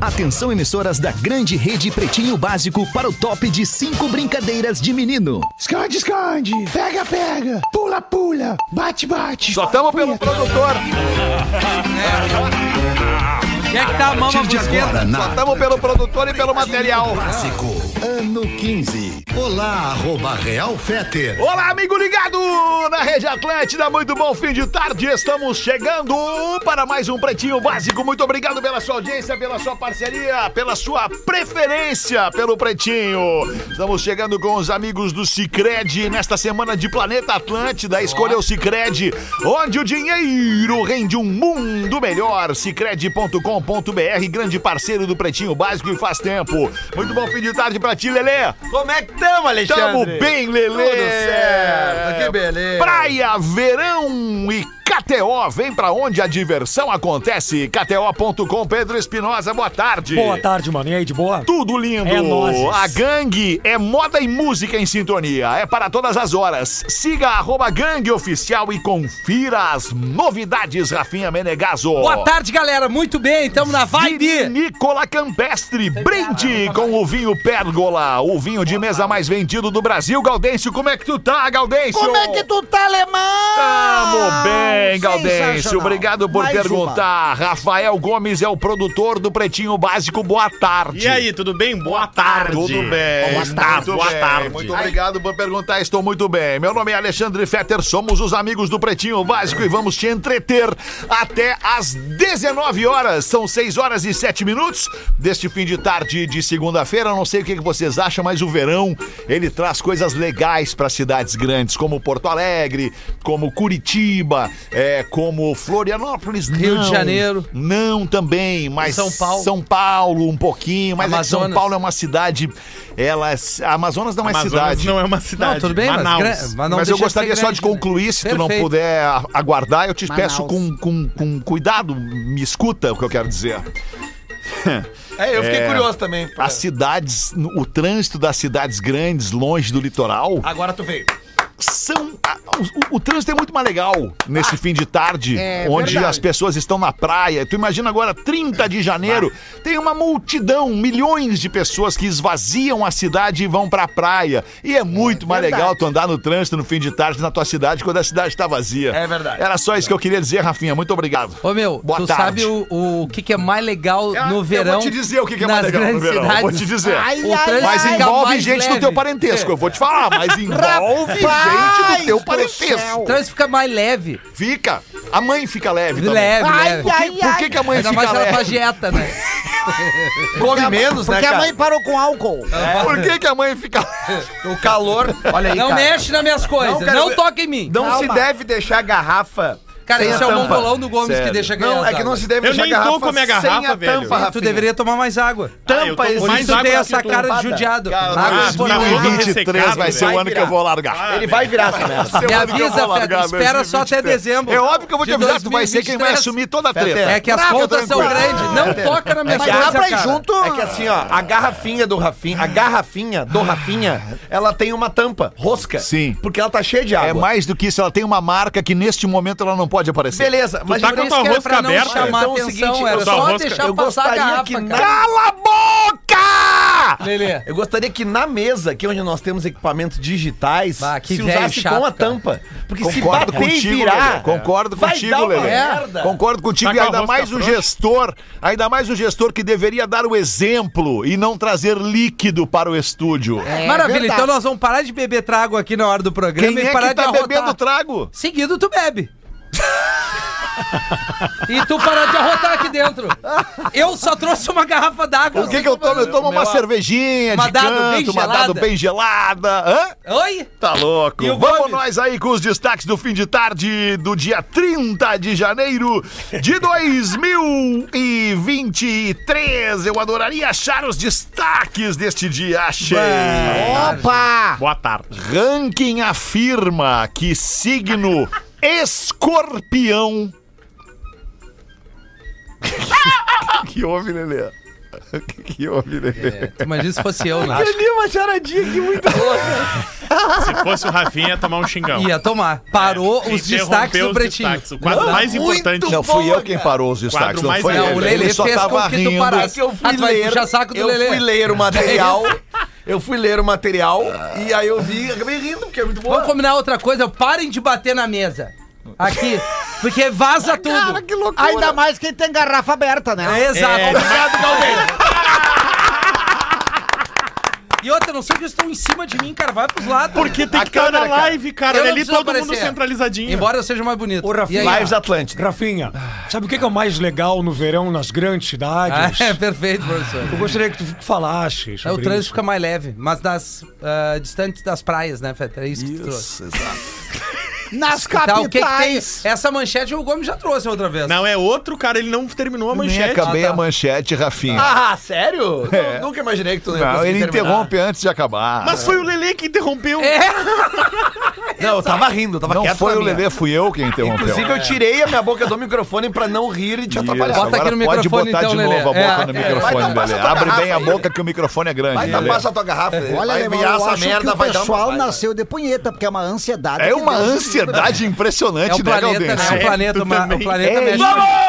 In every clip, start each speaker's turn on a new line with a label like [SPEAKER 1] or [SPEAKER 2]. [SPEAKER 1] Atenção, emissoras da grande rede Pretinho Básico para o top de cinco brincadeiras de menino.
[SPEAKER 2] Esconde, esconde. Pega, pega. Pula, pula. Bate, bate.
[SPEAKER 3] Só tamo pelo produtor.
[SPEAKER 4] Quem é que tá a mama busqueta?
[SPEAKER 3] Só tamo pelo produtor e pelo material.
[SPEAKER 5] Clássico, ano 15. Olá, arroba Real Feter.
[SPEAKER 3] Olá, amigo ligado na Rede Atlântida. Muito bom fim de tarde. Estamos chegando para mais um Pretinho Básico. Muito obrigado pela sua audiência, pela sua parceria, pela sua preferência pelo Pretinho. Estamos chegando com os amigos do Cicred nesta semana de Planeta Atlântida. Escolha o Cicred, onde o dinheiro rende um mundo melhor. Cicred.com.br, grande parceiro do Pretinho Básico e faz tempo. Muito bom fim de tarde pra ti, Lelê.
[SPEAKER 4] Como é que tamo, Alexandre?
[SPEAKER 3] Tamo bem, Lelê!
[SPEAKER 4] Tudo certo, que beleza.
[SPEAKER 3] Praia, verão e KTO, vem pra onde a diversão acontece. KTO.com, Pedro Espinosa, boa tarde.
[SPEAKER 6] Boa tarde, mano. E aí, de boa?
[SPEAKER 3] Tudo lindo.
[SPEAKER 6] É nozes.
[SPEAKER 3] a gangue é moda e música em sintonia. É para todas as horas. Siga arroba gangue oficial e confira as novidades, Rafinha Menegaso.
[SPEAKER 4] Boa tarde, galera. Muito bem, tamo na vibe.
[SPEAKER 3] Nicola Campestre, brinde com o vinho Pérgola, o vinho de mesa mais vendido do Brasil. Gaudêncio, como é que tu tá, Gaudêncio?
[SPEAKER 2] Como é que tu tá, alemão?
[SPEAKER 3] Tamo bem, Gaudêncio.
[SPEAKER 2] Sensacional.
[SPEAKER 3] Obrigado por
[SPEAKER 2] Mais
[SPEAKER 3] perguntar. Rafael Gomes é o produtor do Pretinho Básico. Boa tarde.
[SPEAKER 7] E aí, tudo bem? Boa tarde.
[SPEAKER 3] Tudo bem.
[SPEAKER 7] Boa tarde.
[SPEAKER 3] Muito
[SPEAKER 7] Boa
[SPEAKER 3] bem.
[SPEAKER 7] tarde.
[SPEAKER 3] Muito obrigado por perguntar, estou muito bem. Meu nome é Alexandre Fetter, somos os amigos do Pretinho Básico e vamos te entreter até às 19 horas. São 6 horas e 7 minutos deste fim de tarde de segunda-feira. Não sei o que que vocês acham, mas o verão ele traz coisas legais para cidades grandes, como Porto Alegre, como Curitiba, é, como Florianópolis,
[SPEAKER 4] Rio de
[SPEAKER 3] não.
[SPEAKER 4] Janeiro.
[SPEAKER 3] Não também, mas
[SPEAKER 4] São Paulo.
[SPEAKER 3] São Paulo um pouquinho, mas é que São
[SPEAKER 4] Amazonas.
[SPEAKER 3] Paulo é uma cidade. Ela, a Amazonas não é
[SPEAKER 7] Amazonas
[SPEAKER 3] cidade.
[SPEAKER 7] não é uma cidade.
[SPEAKER 4] Não, tudo bem, mas
[SPEAKER 7] Manaus.
[SPEAKER 4] gra- mas não
[SPEAKER 3] mas eu
[SPEAKER 4] deixa de ser
[SPEAKER 3] gostaria só de
[SPEAKER 4] grande, né?
[SPEAKER 3] concluir, se tu não
[SPEAKER 4] Perfeito.
[SPEAKER 3] puder a- aguardar, eu te
[SPEAKER 2] Manaus.
[SPEAKER 3] peço com, com, com cuidado, me escuta o que eu quero dizer.
[SPEAKER 4] É, eu fiquei
[SPEAKER 3] É.
[SPEAKER 4] curioso também.
[SPEAKER 3] As cidades, o trânsito das cidades grandes, longe do litoral,
[SPEAKER 4] Agora tu veio.
[SPEAKER 3] são. a- O, o trânsito é muito mais legal nesse fim de tarde,
[SPEAKER 2] é
[SPEAKER 3] onde
[SPEAKER 2] verdade.
[SPEAKER 3] as pessoas estão na praia. Tu imagina agora, 30 de janeiro, tem uma multidão, milhões de pessoas que esvaziam a cidade e vão pra praia. E é muito mais
[SPEAKER 2] verdade.
[SPEAKER 3] legal tu andar no trânsito no fim de tarde na tua cidade quando a cidade tá vazia.
[SPEAKER 4] É verdade.
[SPEAKER 3] Era só isso que eu queria dizer, Rafinha. Muito obrigado.
[SPEAKER 4] Ô meu,
[SPEAKER 3] Boa
[SPEAKER 4] tu
[SPEAKER 3] tarde.
[SPEAKER 4] sabe o, o que, que é mais legal
[SPEAKER 3] Ah,
[SPEAKER 4] no verão?
[SPEAKER 3] Eu vou te dizer o que, que é mais
[SPEAKER 4] nas
[SPEAKER 3] legal no
[SPEAKER 4] grandes
[SPEAKER 3] verão. Eu Vou te
[SPEAKER 4] cidades?
[SPEAKER 3] dizer.
[SPEAKER 2] Ai,
[SPEAKER 4] O trânsito
[SPEAKER 3] Mas
[SPEAKER 4] fica
[SPEAKER 3] envolve
[SPEAKER 4] mais
[SPEAKER 3] gente do
[SPEAKER 4] leve.
[SPEAKER 3] teu parentesco, eu vou te falar, mas envolve gente do teu parentesco.
[SPEAKER 4] O trânsito fica mais leve.
[SPEAKER 3] Fica. A mãe fica leve também.
[SPEAKER 4] Leve,
[SPEAKER 2] Ai,
[SPEAKER 4] leve.
[SPEAKER 3] Por que,
[SPEAKER 2] ai,
[SPEAKER 3] por que,
[SPEAKER 2] ai.
[SPEAKER 3] que a mãe
[SPEAKER 4] Ainda
[SPEAKER 3] É fica
[SPEAKER 4] mais ela faz
[SPEAKER 3] leve?
[SPEAKER 4] dieta, né?
[SPEAKER 2] Porque a-
[SPEAKER 4] Come menos,
[SPEAKER 7] né,
[SPEAKER 1] Né,
[SPEAKER 2] Porque a mãe parou com álcool.
[SPEAKER 3] Por que, que a mãe fica leve?
[SPEAKER 7] O calor. Olha aí,
[SPEAKER 4] Não
[SPEAKER 7] cara.
[SPEAKER 4] mexe nas minhas
[SPEAKER 7] Não,
[SPEAKER 4] coisas,
[SPEAKER 7] cara,
[SPEAKER 4] não
[SPEAKER 7] eu-
[SPEAKER 4] toca em mim.
[SPEAKER 7] Não se
[SPEAKER 2] Calma.
[SPEAKER 7] deve deixar a garrafa.
[SPEAKER 4] Cara,
[SPEAKER 7] sem
[SPEAKER 4] esse
[SPEAKER 7] a
[SPEAKER 4] é o
[SPEAKER 7] tampa.
[SPEAKER 4] mongolão do Gomes
[SPEAKER 3] Sério.
[SPEAKER 4] que deixa ganhar.
[SPEAKER 7] Não,
[SPEAKER 4] as
[SPEAKER 7] é que não
[SPEAKER 4] águas.
[SPEAKER 7] se deve
[SPEAKER 8] Eu
[SPEAKER 7] deixar a
[SPEAKER 8] nem tô
[SPEAKER 7] garrafa
[SPEAKER 8] com a minha
[SPEAKER 7] sem
[SPEAKER 8] garrafa,
[SPEAKER 7] a
[SPEAKER 8] velho.
[SPEAKER 7] tampa,
[SPEAKER 4] Tu
[SPEAKER 7] Rafinha.
[SPEAKER 4] deveria tomar mais água.
[SPEAKER 8] Ah, eu
[SPEAKER 7] Tampa
[SPEAKER 8] tomo
[SPEAKER 7] existe.
[SPEAKER 4] Por
[SPEAKER 8] mais
[SPEAKER 4] isso
[SPEAKER 8] água
[SPEAKER 4] tem
[SPEAKER 8] que
[SPEAKER 4] essa
[SPEAKER 8] tu.
[SPEAKER 4] cara de
[SPEAKER 7] Pada.
[SPEAKER 4] judiado.
[SPEAKER 3] Cara,
[SPEAKER 4] Água
[SPEAKER 8] ah,
[SPEAKER 4] estourada.
[SPEAKER 8] mil e vinte.
[SPEAKER 3] 2023 um vai ser o
[SPEAKER 8] né?
[SPEAKER 7] Vai
[SPEAKER 3] ano que
[SPEAKER 7] virar.
[SPEAKER 3] eu vou
[SPEAKER 8] Ah.
[SPEAKER 3] largar.
[SPEAKER 7] Ele vai virar essa merda.
[SPEAKER 3] Vai ser o
[SPEAKER 4] Me
[SPEAKER 3] ano que eu
[SPEAKER 4] avisa,
[SPEAKER 3] vou largar,
[SPEAKER 4] Fetter, espera
[SPEAKER 3] 2023.
[SPEAKER 4] só até dezembro
[SPEAKER 3] É óbvio que eu vou te
[SPEAKER 4] de
[SPEAKER 3] avisar, tu vai ser quem vai
[SPEAKER 4] 2023.
[SPEAKER 3] assumir toda a treta.
[SPEAKER 4] É que as
[SPEAKER 3] Fica
[SPEAKER 4] contas são
[SPEAKER 3] tranquilo.
[SPEAKER 4] grandes. Não
[SPEAKER 3] é.
[SPEAKER 4] toca na minha
[SPEAKER 2] Mas dá
[SPEAKER 4] coisa,
[SPEAKER 2] pra ir
[SPEAKER 4] cara.
[SPEAKER 2] junto.
[SPEAKER 7] É que assim, ó, a garrafinha do Rafinha, a garrafinha do Rafinha, ela tem uma tampa, rosca.
[SPEAKER 3] Sim.
[SPEAKER 7] Porque ela tá cheia de água.
[SPEAKER 3] É mais do que isso, ela tem uma marca que neste momento ela não pode aparecer.
[SPEAKER 7] Beleza, mas
[SPEAKER 8] tá
[SPEAKER 7] então
[SPEAKER 8] com a
[SPEAKER 4] Isso que era
[SPEAKER 8] rosca
[SPEAKER 4] pra não
[SPEAKER 8] aberta.
[SPEAKER 4] chamar
[SPEAKER 7] Então é o
[SPEAKER 4] atenção,
[SPEAKER 7] seguinte,
[SPEAKER 4] era
[SPEAKER 7] eu
[SPEAKER 8] só
[SPEAKER 4] só
[SPEAKER 8] rosca.
[SPEAKER 4] deixar
[SPEAKER 7] eu
[SPEAKER 4] passar a
[SPEAKER 7] gostaria
[SPEAKER 4] garrafa,
[SPEAKER 7] que
[SPEAKER 4] cara.
[SPEAKER 3] Cala a boca!
[SPEAKER 4] Lelê.
[SPEAKER 7] Eu gostaria que na mesa, aqui onde nós temos equipamentos digitais,
[SPEAKER 4] Bah, que
[SPEAKER 7] se
[SPEAKER 4] velho
[SPEAKER 7] usasse
[SPEAKER 4] chato,
[SPEAKER 7] com a
[SPEAKER 4] cara.
[SPEAKER 7] tampa. Porque
[SPEAKER 3] Concordo
[SPEAKER 7] se bater
[SPEAKER 3] contigo,
[SPEAKER 7] e virar,
[SPEAKER 3] Lelê. Concordo
[SPEAKER 7] vai
[SPEAKER 3] contigo,
[SPEAKER 7] dar uma
[SPEAKER 3] Lelê.
[SPEAKER 7] merda.
[SPEAKER 3] Concordo contigo
[SPEAKER 8] Tá
[SPEAKER 3] e
[SPEAKER 8] com a
[SPEAKER 3] ainda
[SPEAKER 8] rosca
[SPEAKER 3] mais o
[SPEAKER 8] frouxa?
[SPEAKER 3] gestor, ainda mais o gestor que deveria dar o exemplo e não trazer líquido para o estúdio.
[SPEAKER 2] É.
[SPEAKER 4] Maravilha,
[SPEAKER 2] verdade.
[SPEAKER 4] então nós vamos parar de beber trago aqui na hora do programa
[SPEAKER 3] É Quem
[SPEAKER 4] e
[SPEAKER 3] é
[SPEAKER 4] parar
[SPEAKER 3] que tá
[SPEAKER 4] de arrotar.
[SPEAKER 3] bebendo trago?
[SPEAKER 4] Seguido tu bebe. e tu parar de arrotar aqui dentro. Eu só trouxe uma garrafa d'água.
[SPEAKER 3] O que que eu tomo? Eu tomo uma cervejinha
[SPEAKER 4] uma
[SPEAKER 3] de
[SPEAKER 4] dado
[SPEAKER 3] canto,
[SPEAKER 4] bem
[SPEAKER 3] uma
[SPEAKER 4] gelada.
[SPEAKER 3] dado bem gelada. Hã?
[SPEAKER 4] Oi?
[SPEAKER 3] Tá louco.
[SPEAKER 4] E o
[SPEAKER 3] Vamos
[SPEAKER 4] Gomes?
[SPEAKER 3] nós aí com os destaques do fim de tarde do dia 30 de janeiro de 2023. Eu adoraria achar os destaques deste dia. Achei.
[SPEAKER 2] Opa!
[SPEAKER 8] Boa tarde.
[SPEAKER 3] Ranking afirma que signo escorpião. que houve, Lelê? O que, que houve, Lelê?
[SPEAKER 4] Imagina se fosse eu, né?
[SPEAKER 7] Eu li uma charadinha aqui muito louca.
[SPEAKER 6] Se fosse o Rafinha, ia tomar um xingão.
[SPEAKER 4] Ia tomar. Parou
[SPEAKER 6] É,
[SPEAKER 4] os
[SPEAKER 6] interrompeu
[SPEAKER 4] destaques do
[SPEAKER 6] os
[SPEAKER 4] Pretinho.
[SPEAKER 6] destaques, o quadro
[SPEAKER 4] Não,
[SPEAKER 6] mais importante.
[SPEAKER 3] Não, fui eu quem parou os destaques,
[SPEAKER 6] Quadro
[SPEAKER 3] não
[SPEAKER 6] mais
[SPEAKER 3] foi
[SPEAKER 6] legal.
[SPEAKER 3] ele.
[SPEAKER 4] um. Não, o Lelê
[SPEAKER 3] Ele só
[SPEAKER 4] fez com
[SPEAKER 3] tava
[SPEAKER 4] que tu
[SPEAKER 3] rindo.
[SPEAKER 7] É
[SPEAKER 4] parasse.
[SPEAKER 7] que eu fui
[SPEAKER 4] ah, tu vai
[SPEAKER 7] ler,
[SPEAKER 4] puxar saco do
[SPEAKER 7] eu
[SPEAKER 4] Lelê.
[SPEAKER 7] fui ler o material, eu fui ler o material
[SPEAKER 4] Ah.
[SPEAKER 7] e aí eu vi, acabei rindo porque é muito bom.
[SPEAKER 4] Vamos combinar outra coisa. Parem de bater na mesa. Aqui. Porque vaza tudo.
[SPEAKER 8] Ainda mais quem tem garrafa aberta, né?
[SPEAKER 4] É, Exato. Obrigado, Galdeiro. E outra, não sei o que estão em cima de mim, cara. Vai pros lados.
[SPEAKER 6] Porque tem que
[SPEAKER 7] A
[SPEAKER 6] estar na
[SPEAKER 7] câmera, cara.
[SPEAKER 6] live, cara.
[SPEAKER 4] Eu não
[SPEAKER 6] Olha ali
[SPEAKER 4] preciso
[SPEAKER 6] todo mundo
[SPEAKER 4] aparecer.
[SPEAKER 6] centralizadinho.
[SPEAKER 4] Embora eu seja mais bonito.
[SPEAKER 9] Ô, Rafinha.
[SPEAKER 4] E aí?
[SPEAKER 7] Lives Atlântica.
[SPEAKER 9] Rafinha, sabe o que que é o mais legal no verão nas grandes
[SPEAKER 4] Ah,
[SPEAKER 9] cidades?
[SPEAKER 4] é perfeito, professor.
[SPEAKER 9] Eu gostaria que tu falasse
[SPEAKER 4] É, o
[SPEAKER 9] sobre
[SPEAKER 4] trânsito
[SPEAKER 9] isso.
[SPEAKER 4] fica mais leve, mas das, ah, distante das praias, né, Fetra? É isso, que tu trouxe.
[SPEAKER 8] Nas
[SPEAKER 4] Tá, o que, que tem?
[SPEAKER 8] capitais.
[SPEAKER 4] Essa manchete o Gomes já trouxe outra vez.
[SPEAKER 6] Não, é outro, cara. Ele não terminou a
[SPEAKER 3] Nem
[SPEAKER 6] manchete.
[SPEAKER 3] acabei
[SPEAKER 4] Ah, tá.
[SPEAKER 3] a manchete, Rafinha.
[SPEAKER 7] Ah, sério? Eu Nunca imaginei que tu não ia
[SPEAKER 3] É. não,
[SPEAKER 7] conseguir
[SPEAKER 3] ele
[SPEAKER 7] terminar.
[SPEAKER 3] interrompe antes de acabar.
[SPEAKER 6] Mas foi o Lelê que interrompeu.
[SPEAKER 4] É.
[SPEAKER 7] Não, eu tava rindo, eu tava
[SPEAKER 3] Não
[SPEAKER 7] quieto
[SPEAKER 3] foi
[SPEAKER 7] na
[SPEAKER 3] o
[SPEAKER 7] minha.
[SPEAKER 3] Lelê, fui eu quem interrompeu.
[SPEAKER 7] Inclusive, eu tirei a minha boca do microfone pra não rir e te atrapalhar.
[SPEAKER 4] Bota aqui no
[SPEAKER 3] pode
[SPEAKER 4] microfone,
[SPEAKER 3] botar
[SPEAKER 4] então,
[SPEAKER 3] de
[SPEAKER 4] Lelê.
[SPEAKER 3] novo a boca
[SPEAKER 4] É,
[SPEAKER 3] no
[SPEAKER 4] é.
[SPEAKER 7] Vai
[SPEAKER 3] microfone,
[SPEAKER 7] tapar
[SPEAKER 3] Lelê.
[SPEAKER 7] essa tua
[SPEAKER 3] Abre bem
[SPEAKER 7] garrafa
[SPEAKER 3] a
[SPEAKER 7] aí.
[SPEAKER 3] boca que o microfone é grande,
[SPEAKER 7] Vai
[SPEAKER 3] Lelê.
[SPEAKER 7] tapar essa tua garrafa.
[SPEAKER 3] É,
[SPEAKER 8] Olha,
[SPEAKER 7] vai
[SPEAKER 8] Alemão,
[SPEAKER 7] virar
[SPEAKER 8] eu
[SPEAKER 7] essa
[SPEAKER 8] acho que
[SPEAKER 7] merda,
[SPEAKER 8] o
[SPEAKER 7] vai dar
[SPEAKER 8] pessoal
[SPEAKER 7] um...
[SPEAKER 8] nasceu de punheta, porque é uma ansiedade.
[SPEAKER 3] É
[SPEAKER 8] que
[SPEAKER 3] uma
[SPEAKER 8] Deus-
[SPEAKER 3] ansiedade
[SPEAKER 4] É o
[SPEAKER 3] impressionante, né,
[SPEAKER 4] planeta, né?
[SPEAKER 3] Galdêncio?
[SPEAKER 4] O planeta,
[SPEAKER 6] tu
[SPEAKER 4] uma- o
[SPEAKER 6] também.
[SPEAKER 4] planeta
[SPEAKER 3] É
[SPEAKER 4] mexe.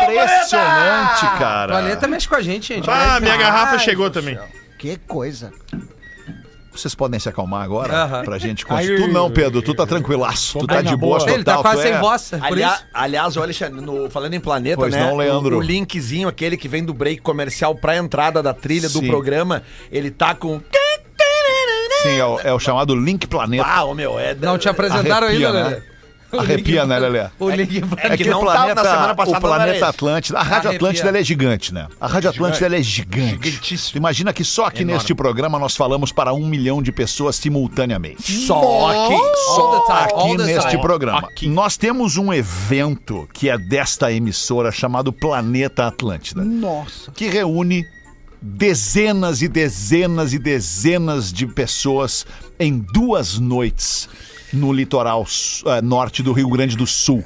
[SPEAKER 3] impressionante,
[SPEAKER 4] O
[SPEAKER 3] cara.
[SPEAKER 4] planeta tá mexe com a gente, gente.
[SPEAKER 6] Ah,
[SPEAKER 4] Vai-
[SPEAKER 6] minha garrafa chegou também.
[SPEAKER 1] né?
[SPEAKER 8] Que coisa.
[SPEAKER 3] Vocês podem se acalmar agora
[SPEAKER 4] Aham.
[SPEAKER 3] pra gente
[SPEAKER 9] Ai,
[SPEAKER 3] continuar. Tu não, Pedro, tu tá tranquilaço. Tu tá
[SPEAKER 9] bem
[SPEAKER 3] de
[SPEAKER 9] na
[SPEAKER 3] boa,
[SPEAKER 9] boa.
[SPEAKER 3] total.
[SPEAKER 4] Ele tá quase
[SPEAKER 3] tu
[SPEAKER 4] sem
[SPEAKER 3] é-
[SPEAKER 4] voz, por
[SPEAKER 7] Aliás,
[SPEAKER 4] isso.
[SPEAKER 7] aliás, olha, Alexandre, no- falando em planeta,
[SPEAKER 3] Pois
[SPEAKER 7] né?
[SPEAKER 3] não, Leandro.
[SPEAKER 7] O, o linkzinho, aquele que vem do break comercial pra entrada da trilha do
[SPEAKER 3] Sim.
[SPEAKER 7] programa, ele tá com.
[SPEAKER 3] Sim, é o, é o chamado Link Planeta.
[SPEAKER 7] Ah, ô meu, é.
[SPEAKER 4] Não te apresentaram
[SPEAKER 3] Arrepia,
[SPEAKER 4] ainda,
[SPEAKER 3] né?
[SPEAKER 4] Lelê.
[SPEAKER 3] Arrepia, né, Lelê?
[SPEAKER 4] O link pra
[SPEAKER 7] É que não tava na semana passada,
[SPEAKER 3] o
[SPEAKER 7] não era
[SPEAKER 3] planeta
[SPEAKER 7] esse.
[SPEAKER 3] Atlântida, a Rádio
[SPEAKER 4] Arrepia.
[SPEAKER 3] Atlântida ela é gigante, né? A Rádio Atlântida ela é gigante. Tu imagina que só aqui neste programa nós falamos para um milhão de pessoas simultaneamente.
[SPEAKER 7] Só aqui.
[SPEAKER 4] all the time,
[SPEAKER 3] aqui
[SPEAKER 4] all the
[SPEAKER 3] neste
[SPEAKER 4] time.
[SPEAKER 3] programa.
[SPEAKER 6] Aqui.
[SPEAKER 3] Nós temos um evento que é desta emissora chamado Planeta Atlântida,
[SPEAKER 8] Nossa.
[SPEAKER 3] que reúne dezenas e dezenas e dezenas de pessoas em duas noites no litoral su- eh, norte do Rio Grande do Sul.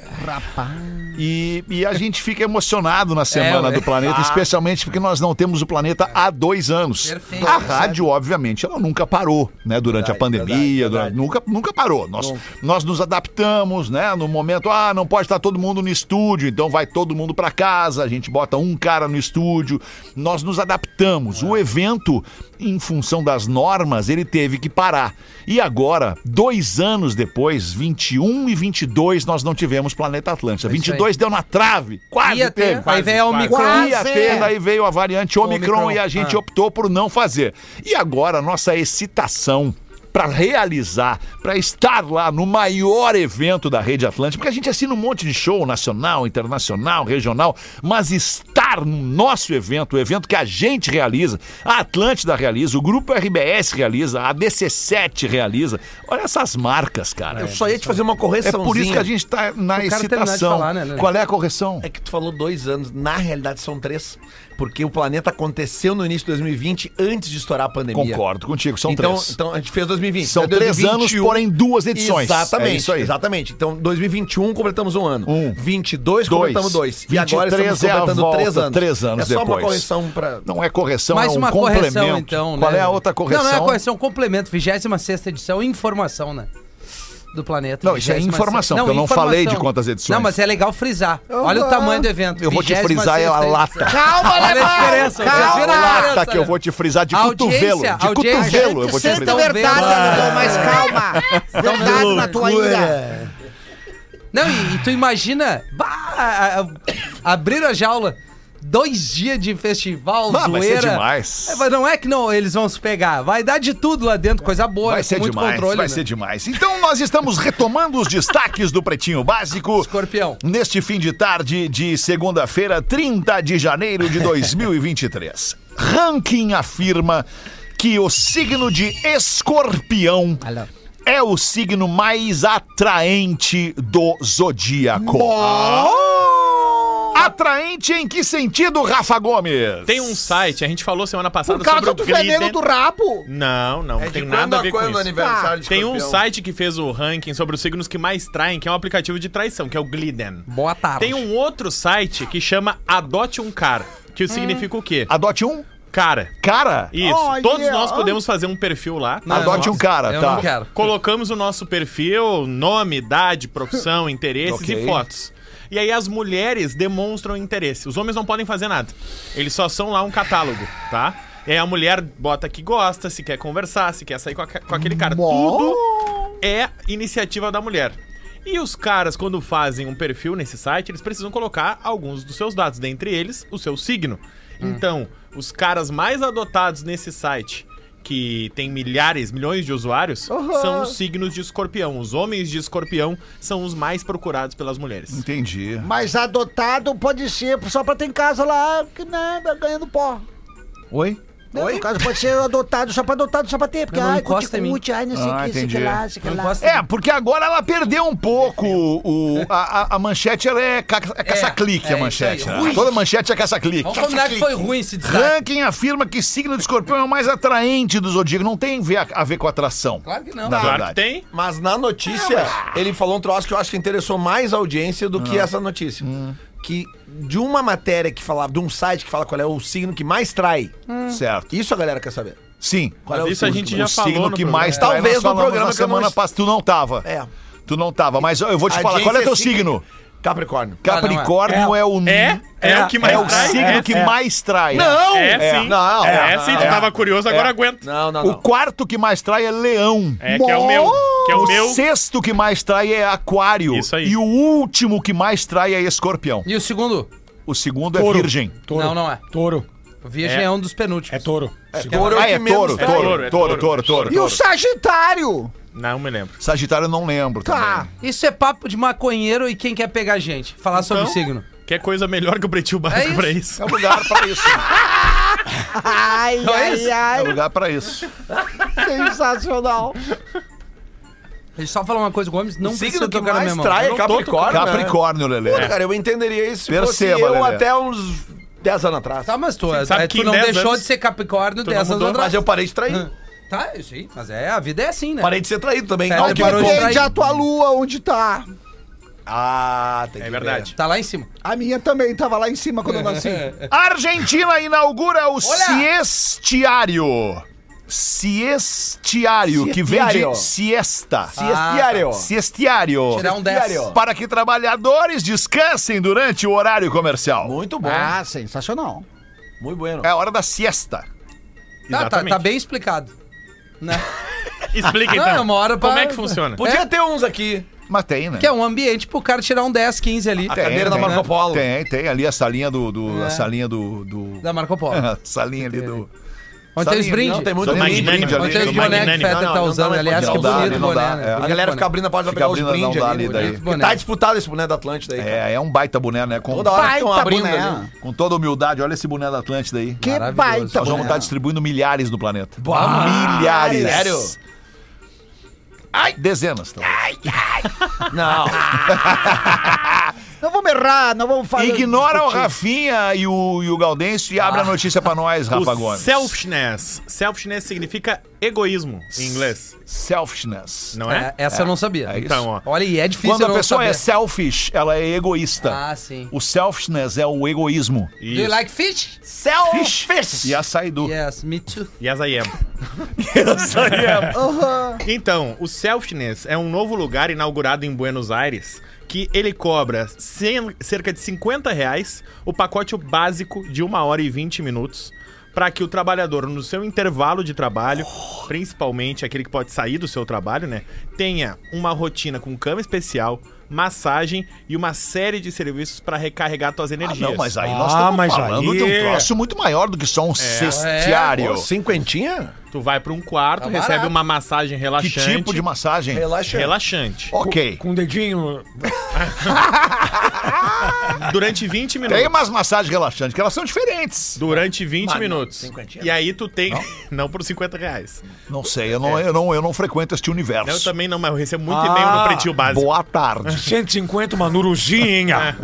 [SPEAKER 3] E, e a gente fica emocionado na Semana
[SPEAKER 4] É,
[SPEAKER 3] do
[SPEAKER 4] né?
[SPEAKER 3] Planeta, especialmente porque nós não temos o planeta há dois anos.
[SPEAKER 4] Perfeito.
[SPEAKER 3] a rádio, obviamente, ela nunca parou, né? Durante a
[SPEAKER 7] Verdade,
[SPEAKER 3] pandemia,
[SPEAKER 7] verdade,
[SPEAKER 3] durante- nunca, nunca parou. Nós, nós nos adaptamos, né? No momento, ah, não pode estar todo mundo no estúdio, então vai todo mundo para casa, a gente bota um cara no estúdio. Nós nos adaptamos. O evento, em função das normas, ele teve que parar. E agora, dois anos depois, 21 e 22, nós não tivemos Planeta Atlântica.
[SPEAKER 4] É isso aí.
[SPEAKER 3] 22 deu na trave, quase
[SPEAKER 4] Ia ter,
[SPEAKER 3] teve.
[SPEAKER 4] aí vem a Omicron.
[SPEAKER 3] Ia ter, daí veio a variante Omicron,
[SPEAKER 4] Omicron,
[SPEAKER 3] e a gente
[SPEAKER 4] ah.
[SPEAKER 3] optou por não fazer. E agora a nossa excitação para realizar, para estar lá no maior evento da Rede Atlântica, porque a gente assina um monte de show nacional, internacional, regional, mas estar no nosso evento, o evento que a gente realiza, a Atlântida realiza, o Grupo RBS realiza, a DC7 realiza. Olha essas marcas, cara.
[SPEAKER 7] Eu só ia te fazer uma
[SPEAKER 3] É
[SPEAKER 7] correçãozinha.
[SPEAKER 3] por isso que a gente tá na
[SPEAKER 4] terminar de
[SPEAKER 3] excitação.
[SPEAKER 4] falar, né, Leandro?
[SPEAKER 3] Qual é a correção?
[SPEAKER 7] É que tu falou dois anos, na realidade são três, porque o planeta aconteceu no início de 2020, antes de estourar a pandemia.
[SPEAKER 3] Concordo contigo, são
[SPEAKER 7] então,
[SPEAKER 3] três.
[SPEAKER 7] então a gente fez 2020.
[SPEAKER 3] São
[SPEAKER 7] É
[SPEAKER 3] três
[SPEAKER 7] 2021.
[SPEAKER 3] anos, porém duas edições.
[SPEAKER 7] Exatamente.
[SPEAKER 3] É isso aí.
[SPEAKER 7] Exatamente. Então, 2021 completamos um ano.
[SPEAKER 3] Um.
[SPEAKER 7] 22 completamos dois. E agora
[SPEAKER 3] 23
[SPEAKER 7] estamos completando
[SPEAKER 3] é a
[SPEAKER 7] três
[SPEAKER 3] volta,
[SPEAKER 7] anos.
[SPEAKER 3] três anos
[SPEAKER 7] É só
[SPEAKER 3] depois.
[SPEAKER 7] uma correção pra.
[SPEAKER 3] Não é correção,
[SPEAKER 4] Mais
[SPEAKER 3] é um
[SPEAKER 4] uma
[SPEAKER 3] complemento.
[SPEAKER 4] correção, então, né?
[SPEAKER 3] Qual é a outra correção?
[SPEAKER 4] Não, não é correção, é um complemento. 26 edição, informação, né? Do planeta.
[SPEAKER 3] Não, isso é
[SPEAKER 4] 26ª.
[SPEAKER 3] informação, porque eu não
[SPEAKER 4] informação.
[SPEAKER 3] falei de quantas edições.
[SPEAKER 4] Não, mas é legal frisar. Olha o tamanho do evento.
[SPEAKER 3] Eu vou te frisar
[SPEAKER 4] 26ª
[SPEAKER 3] ela lata.
[SPEAKER 4] edição. Olha a diferença. vocês viram a
[SPEAKER 3] Lata
[SPEAKER 4] diferença,
[SPEAKER 3] Tá, que eu
[SPEAKER 4] né?
[SPEAKER 3] vou te frisar de
[SPEAKER 4] A
[SPEAKER 3] cotovelo.
[SPEAKER 4] audiência-
[SPEAKER 3] De
[SPEAKER 4] a audiência-
[SPEAKER 3] cotovelo, eu vou te
[SPEAKER 4] Vocês
[SPEAKER 8] Senta
[SPEAKER 4] estão
[SPEAKER 8] a
[SPEAKER 3] frisar.
[SPEAKER 8] verdade,
[SPEAKER 4] vendo?
[SPEAKER 8] Alemão, mas calma.
[SPEAKER 3] é
[SPEAKER 8] Verdade na tua ira.
[SPEAKER 4] Não, e, e tu imagina. Bah, a- a- abriram a jaula. Dois dias de festival,
[SPEAKER 3] Ah, vai ser
[SPEAKER 4] zoeira.
[SPEAKER 3] demais.
[SPEAKER 4] É, mas não é que não, eles vão se pegar. Vai dar de tudo lá dentro, coisa boa,
[SPEAKER 3] Vai
[SPEAKER 4] com
[SPEAKER 3] ser
[SPEAKER 4] muito
[SPEAKER 3] demais,
[SPEAKER 4] controle.
[SPEAKER 3] vai
[SPEAKER 4] né?
[SPEAKER 3] ser demais. Então nós estamos retomando os destaques do Pretinho Básico.
[SPEAKER 4] Escorpião.
[SPEAKER 3] Neste fim de tarde de segunda-feira, 30 de janeiro de 2023. Ranking afirma que o signo de escorpião é o signo mais atraente do zodíaco. Atraente em que sentido, Rafa Gomes?
[SPEAKER 6] Tem um site, a gente falou semana passada
[SPEAKER 8] Por causa do
[SPEAKER 6] sobre o Gliden.
[SPEAKER 8] veneno do rabo.
[SPEAKER 6] Não, não,
[SPEAKER 7] É
[SPEAKER 6] tem
[SPEAKER 7] de
[SPEAKER 6] nada a ver com
[SPEAKER 7] quando
[SPEAKER 6] isso.
[SPEAKER 7] aniversário de
[SPEAKER 6] Tem um
[SPEAKER 7] escorpião?
[SPEAKER 6] site que fez o ranking sobre os signos que mais traem, que é um aplicativo de traição, que é o Gliden.
[SPEAKER 4] Boa tarde.
[SPEAKER 6] um
[SPEAKER 4] Hum.
[SPEAKER 6] Tem um outro site que chama Adote um Car, que significa o quê?
[SPEAKER 3] Adote um?
[SPEAKER 6] Cara.
[SPEAKER 3] Cara?
[SPEAKER 6] Isso.
[SPEAKER 2] Olha,
[SPEAKER 6] Todos nós
[SPEAKER 2] olha.
[SPEAKER 6] podemos fazer um perfil lá.
[SPEAKER 4] Não,
[SPEAKER 3] Adote
[SPEAKER 4] eu
[SPEAKER 3] um cara,
[SPEAKER 4] eu
[SPEAKER 3] tá.
[SPEAKER 4] não quero.
[SPEAKER 6] Colocamos o nosso perfil, nome, idade, profissão, interesses
[SPEAKER 7] Ok.
[SPEAKER 6] e fotos. E aí as mulheres demonstram interesse. Os homens não podem fazer nada. Eles só são lá um catálogo, tá? E aí a mulher bota que gosta, se quer conversar, se quer sair com, aque- com aquele cara. Tudo é iniciativa da mulher. E os caras, quando fazem um perfil nesse site, eles precisam colocar alguns dos seus dados, dentre eles, o seu signo. Então, os caras mais adotados nesse site, que tem milhares, milhões de usuários, são os signos de escorpião. Os homens de escorpião são os mais procurados pelas mulheres.
[SPEAKER 3] Entendi.
[SPEAKER 8] Mas adotado pode ser só pra ter em casa lá, que né, ganhando pó.
[SPEAKER 3] Oi?
[SPEAKER 8] Não, No caso, pode ser adotado só pra adotado, só pra ter. Porque,
[SPEAKER 4] Não, não
[SPEAKER 8] ai,
[SPEAKER 4] encosta em mim.
[SPEAKER 8] cuticute, ai, não sei o
[SPEAKER 3] Ah,
[SPEAKER 8] que, sei que
[SPEAKER 3] entendi.
[SPEAKER 8] lá, sei que
[SPEAKER 4] Não
[SPEAKER 8] lá.
[SPEAKER 4] gosto.
[SPEAKER 3] É, porque agora ela perdeu um pouco o, a, a- a manchete, ela é, ca, é caça-clique
[SPEAKER 4] é
[SPEAKER 3] a manchete.
[SPEAKER 4] isso aí.
[SPEAKER 3] né?
[SPEAKER 4] Ui.
[SPEAKER 3] Toda manchete é caça-clique.
[SPEAKER 4] Vamos combinar que foi ruim esse destaque.
[SPEAKER 3] Ranking afirma que signo de escorpião é o mais atraente do zodíaco. Não tem ver- a ver com atração.
[SPEAKER 4] Claro que não.
[SPEAKER 3] Na
[SPEAKER 6] Claro que
[SPEAKER 3] verdade.
[SPEAKER 6] tem.
[SPEAKER 7] Mas na notícia, ele falou um troço que eu acho que interessou mais a audiência do que essa notícia. Que de uma matéria que falava, de um site que fala qual é o signo que mais trai.
[SPEAKER 3] Hum. Certo.
[SPEAKER 7] Isso a galera quer saber.
[SPEAKER 3] Sim.
[SPEAKER 7] Qual é
[SPEAKER 6] Mas
[SPEAKER 7] o
[SPEAKER 6] isso a
[SPEAKER 7] signo
[SPEAKER 6] gente
[SPEAKER 7] que-
[SPEAKER 6] já
[SPEAKER 3] o
[SPEAKER 6] falou
[SPEAKER 3] signo
[SPEAKER 6] no
[SPEAKER 3] que
[SPEAKER 6] programa.
[SPEAKER 3] mais
[SPEAKER 7] É.
[SPEAKER 3] trai,
[SPEAKER 7] Talvez
[SPEAKER 3] nós
[SPEAKER 7] no
[SPEAKER 3] falamos
[SPEAKER 7] programa
[SPEAKER 3] na
[SPEAKER 7] que eu não
[SPEAKER 3] semana
[SPEAKER 7] est-
[SPEAKER 3] passada. Tu não tava.
[SPEAKER 7] É.
[SPEAKER 3] Tu não tava, mas eu vou te
[SPEAKER 7] A
[SPEAKER 3] falar. Qual é
[SPEAKER 7] audiência
[SPEAKER 3] teu
[SPEAKER 7] signo-
[SPEAKER 3] signo?
[SPEAKER 7] Capricórnio.
[SPEAKER 3] Capricórnio é, o
[SPEAKER 6] É, é,
[SPEAKER 9] É,
[SPEAKER 6] o que mais
[SPEAKER 3] é o
[SPEAKER 6] trai.
[SPEAKER 3] signo
[SPEAKER 6] é,
[SPEAKER 3] que
[SPEAKER 6] é.
[SPEAKER 3] mais trai.
[SPEAKER 7] Não!
[SPEAKER 6] É, sim.
[SPEAKER 7] Não,
[SPEAKER 6] é,
[SPEAKER 7] não,
[SPEAKER 6] sim,
[SPEAKER 7] não,
[SPEAKER 6] tu
[SPEAKER 7] é.
[SPEAKER 6] tava curioso, agora aguenta.
[SPEAKER 7] Não, não,
[SPEAKER 3] O
[SPEAKER 7] não.
[SPEAKER 3] quarto que mais trai é leão.
[SPEAKER 6] É, que é o meu. Que é o meu.
[SPEAKER 3] sexto que mais trai é aquário.
[SPEAKER 6] Isso aí.
[SPEAKER 3] E o último que mais trai é escorpião.
[SPEAKER 4] E o segundo?
[SPEAKER 3] O segundo é
[SPEAKER 9] Touro.
[SPEAKER 3] virgem.
[SPEAKER 9] Touro.
[SPEAKER 4] Não, não é.
[SPEAKER 9] Touro.
[SPEAKER 4] Virgem é, um dos
[SPEAKER 9] É
[SPEAKER 4] penúltimos.
[SPEAKER 9] touro. Segura.
[SPEAKER 7] Touro é o
[SPEAKER 3] ah,
[SPEAKER 7] que
[SPEAKER 3] é
[SPEAKER 7] menos
[SPEAKER 3] touro,
[SPEAKER 7] trai.
[SPEAKER 3] touro, touro,
[SPEAKER 6] É touro,
[SPEAKER 3] touro,
[SPEAKER 6] é touro.
[SPEAKER 8] E o
[SPEAKER 3] touro.
[SPEAKER 8] Sagitário?
[SPEAKER 6] Não me lembro.
[SPEAKER 3] Sagitário eu não lembro
[SPEAKER 8] Tá.
[SPEAKER 3] também.
[SPEAKER 4] Isso é papo de maconheiro e quem quer pegar gente. Falar sobre
[SPEAKER 6] Então,
[SPEAKER 4] o signo.
[SPEAKER 6] Que coisa melhor que o pretinho
[SPEAKER 4] É
[SPEAKER 6] básico
[SPEAKER 4] isso.
[SPEAKER 6] pra isso.
[SPEAKER 3] É lugar pra isso.
[SPEAKER 8] Ai,
[SPEAKER 4] Não é
[SPEAKER 8] ai,
[SPEAKER 4] isso?
[SPEAKER 3] É
[SPEAKER 8] ai.
[SPEAKER 3] lugar pra isso.
[SPEAKER 8] Sensacional.
[SPEAKER 4] Deixa eu só falar uma coisa, Gomes. Não
[SPEAKER 7] O
[SPEAKER 4] precisa
[SPEAKER 7] signo que
[SPEAKER 4] tocar na minha
[SPEAKER 7] mais
[SPEAKER 4] mão.
[SPEAKER 7] trai é
[SPEAKER 6] Eu não tô
[SPEAKER 7] Capricórnio. né?
[SPEAKER 3] Capricórnio, Lelê.
[SPEAKER 7] Puta, cara, eu entenderia isso se
[SPEAKER 3] Perceba,
[SPEAKER 7] fosse eu
[SPEAKER 3] Lelê.
[SPEAKER 7] até uns 10 anos atrás.
[SPEAKER 4] Tá, mas tu,
[SPEAKER 6] sabe
[SPEAKER 4] é,
[SPEAKER 6] que
[SPEAKER 4] tu
[SPEAKER 6] em
[SPEAKER 4] não
[SPEAKER 6] 10
[SPEAKER 4] deixou
[SPEAKER 6] anos
[SPEAKER 4] de ser Capricórnio
[SPEAKER 6] não
[SPEAKER 4] 10 anos
[SPEAKER 6] mudou,
[SPEAKER 4] atrás.
[SPEAKER 7] Mas eu parei de trair.
[SPEAKER 4] Tá, eu sei. Mas é, a vida é assim, né?
[SPEAKER 7] Parei de ser traído também.
[SPEAKER 4] É,
[SPEAKER 7] Não
[SPEAKER 4] ele
[SPEAKER 7] que-
[SPEAKER 4] parou de-
[SPEAKER 8] Depende a tua lua onde tá.
[SPEAKER 7] Ah, tem que
[SPEAKER 6] É
[SPEAKER 7] ver.
[SPEAKER 6] verdade.
[SPEAKER 4] Tá lá em cima.
[SPEAKER 1] Então,
[SPEAKER 8] A minha também tava lá em cima quando eu nasci.
[SPEAKER 3] Argentina inaugura o siestiário. Siestiário, que vem de
[SPEAKER 7] Siestiário.
[SPEAKER 3] siesta.
[SPEAKER 7] E esse
[SPEAKER 3] Ah,
[SPEAKER 7] diário, ó.
[SPEAKER 3] tá. Siestiário.
[SPEAKER 4] Tirar um 10.
[SPEAKER 3] Para que trabalhadores descansem durante o horário comercial.
[SPEAKER 7] Muito bom.
[SPEAKER 8] Ah, sensacional.
[SPEAKER 7] Muito bueno.
[SPEAKER 3] É a hora da siesta.
[SPEAKER 4] Tá, tá,
[SPEAKER 6] Exatamente.
[SPEAKER 4] tá bem explicado. Né?
[SPEAKER 6] Explica
[SPEAKER 4] Não,
[SPEAKER 6] então.
[SPEAKER 4] é uma hora pra-
[SPEAKER 6] Como é que funciona?
[SPEAKER 7] Podia ter uns aqui.
[SPEAKER 3] Mas tem, né?
[SPEAKER 4] Que é um ambiente pro cara tirar um 10, 15 ali. né?
[SPEAKER 7] A cadeira da Marco Polo.
[SPEAKER 3] Tem, tem ali a salinha do. do A salinha do. do...
[SPEAKER 4] Da Marco Polo.
[SPEAKER 3] A salinha ali do.
[SPEAKER 4] Onde tem os
[SPEAKER 3] Salinha,
[SPEAKER 4] brindes.
[SPEAKER 7] Não, tem muito
[SPEAKER 3] Só
[SPEAKER 7] brinde.
[SPEAKER 3] brinde
[SPEAKER 6] Magnânimo.
[SPEAKER 3] ali.
[SPEAKER 4] Onde tem os
[SPEAKER 6] do
[SPEAKER 4] bonés que o
[SPEAKER 6] Magnani.
[SPEAKER 4] Fetter
[SPEAKER 7] Não, não, não
[SPEAKER 4] tá
[SPEAKER 7] dá
[SPEAKER 4] usando,
[SPEAKER 7] mais
[SPEAKER 4] aliás, que é
[SPEAKER 3] não dá,
[SPEAKER 4] bonito o
[SPEAKER 3] não dá,
[SPEAKER 4] boné.
[SPEAKER 3] é.
[SPEAKER 4] né?
[SPEAKER 7] A
[SPEAKER 4] Bonito
[SPEAKER 7] galera
[SPEAKER 4] boné.
[SPEAKER 7] fica abrindo a porta pra
[SPEAKER 3] Fica
[SPEAKER 7] pegar os
[SPEAKER 3] abrindo, não
[SPEAKER 7] brindes
[SPEAKER 3] dá
[SPEAKER 7] ali.
[SPEAKER 3] ali
[SPEAKER 7] né?
[SPEAKER 3] daí.
[SPEAKER 7] Porque tá disputado esse boné da Atlântida aí. cara.
[SPEAKER 3] É, é um baita boné, né? Com,
[SPEAKER 7] Toda hora que estão
[SPEAKER 8] Baita
[SPEAKER 7] abrindo
[SPEAKER 8] boné.
[SPEAKER 7] ali.
[SPEAKER 3] com toda humildade, olha esse boné da Atlântida aí.
[SPEAKER 8] Que
[SPEAKER 4] Maravilhoso.
[SPEAKER 8] baita,
[SPEAKER 3] Nós vamos
[SPEAKER 8] boné.
[SPEAKER 3] estar tá distribuindo milhares no planeta.
[SPEAKER 7] Bah,
[SPEAKER 3] milhares.
[SPEAKER 7] sério?
[SPEAKER 3] Ai, dezenas. tá talvez.
[SPEAKER 7] Não.
[SPEAKER 8] Não vamos errar, não vamos falar.
[SPEAKER 3] Ignora o Rafinha e o, e o Gaudêncio e abre a notícia pra nós, Rafa
[SPEAKER 6] O
[SPEAKER 3] Gomes.
[SPEAKER 6] selfishness. Selfishness significa egoísmo em inglês,
[SPEAKER 3] Selfishness.
[SPEAKER 6] não é?
[SPEAKER 4] É, Essa eu não sabia.
[SPEAKER 3] É isso.
[SPEAKER 6] Então, ó.
[SPEAKER 4] Olha, e é difícil
[SPEAKER 3] Quando
[SPEAKER 4] eu
[SPEAKER 3] a
[SPEAKER 4] não
[SPEAKER 3] pessoa é
[SPEAKER 4] saber.
[SPEAKER 3] selfish, ela é egoísta.
[SPEAKER 4] Ah, sim.
[SPEAKER 3] O selfishness é o egoísmo.
[SPEAKER 4] Do you
[SPEAKER 6] Isso.
[SPEAKER 4] like fish?
[SPEAKER 7] Selfish.
[SPEAKER 3] E a saidu.
[SPEAKER 4] Yes, me too.
[SPEAKER 6] Yes, I am. Então, o Selfishness é um novo lugar inaugurado em Buenos Aires que ele cobra cem- cerca de 50 reais o pacote básico de 1 hora e 20 minutos para que o trabalhador, no seu intervalo de trabalho, principalmente aquele que pode sair do seu trabalho, né, tenha uma rotina com cama especial, massagem e uma série de serviços para recarregar suas
[SPEAKER 3] Ah,
[SPEAKER 6] energias.
[SPEAKER 3] não, mas aí
[SPEAKER 9] Ah,
[SPEAKER 3] nós estamos
[SPEAKER 9] mas
[SPEAKER 3] falando
[SPEAKER 9] aí-
[SPEAKER 3] de um troço muito maior do que só
[SPEAKER 6] É.
[SPEAKER 3] um cestiário.
[SPEAKER 7] Pô, cinquentinha?
[SPEAKER 6] Tu vai para um quarto,
[SPEAKER 4] Tá
[SPEAKER 6] recebe
[SPEAKER 4] barato.
[SPEAKER 6] uma massagem
[SPEAKER 3] que
[SPEAKER 6] relaxante.
[SPEAKER 3] tipo de massagem?
[SPEAKER 1] É,
[SPEAKER 7] Relaxa.
[SPEAKER 6] relaxante.
[SPEAKER 3] Ok.
[SPEAKER 6] um
[SPEAKER 9] Com o dedinho.
[SPEAKER 6] Durante 20 minutos.
[SPEAKER 3] Tem umas massagens relaxantes que elas são diferentes.
[SPEAKER 6] Durante 20
[SPEAKER 7] Mas não,
[SPEAKER 6] minutos.
[SPEAKER 7] 50.
[SPEAKER 4] um.
[SPEAKER 6] e aí tu tem. Não, por 50 reais. Então
[SPEAKER 3] Não sei, eu não, eu não, eu não frequento este universo.
[SPEAKER 6] Eu também não, mas eu recebo muito e-mail no pretinho básico.
[SPEAKER 3] Ah, Boa tarde.
[SPEAKER 9] 150, uma nuruzinha.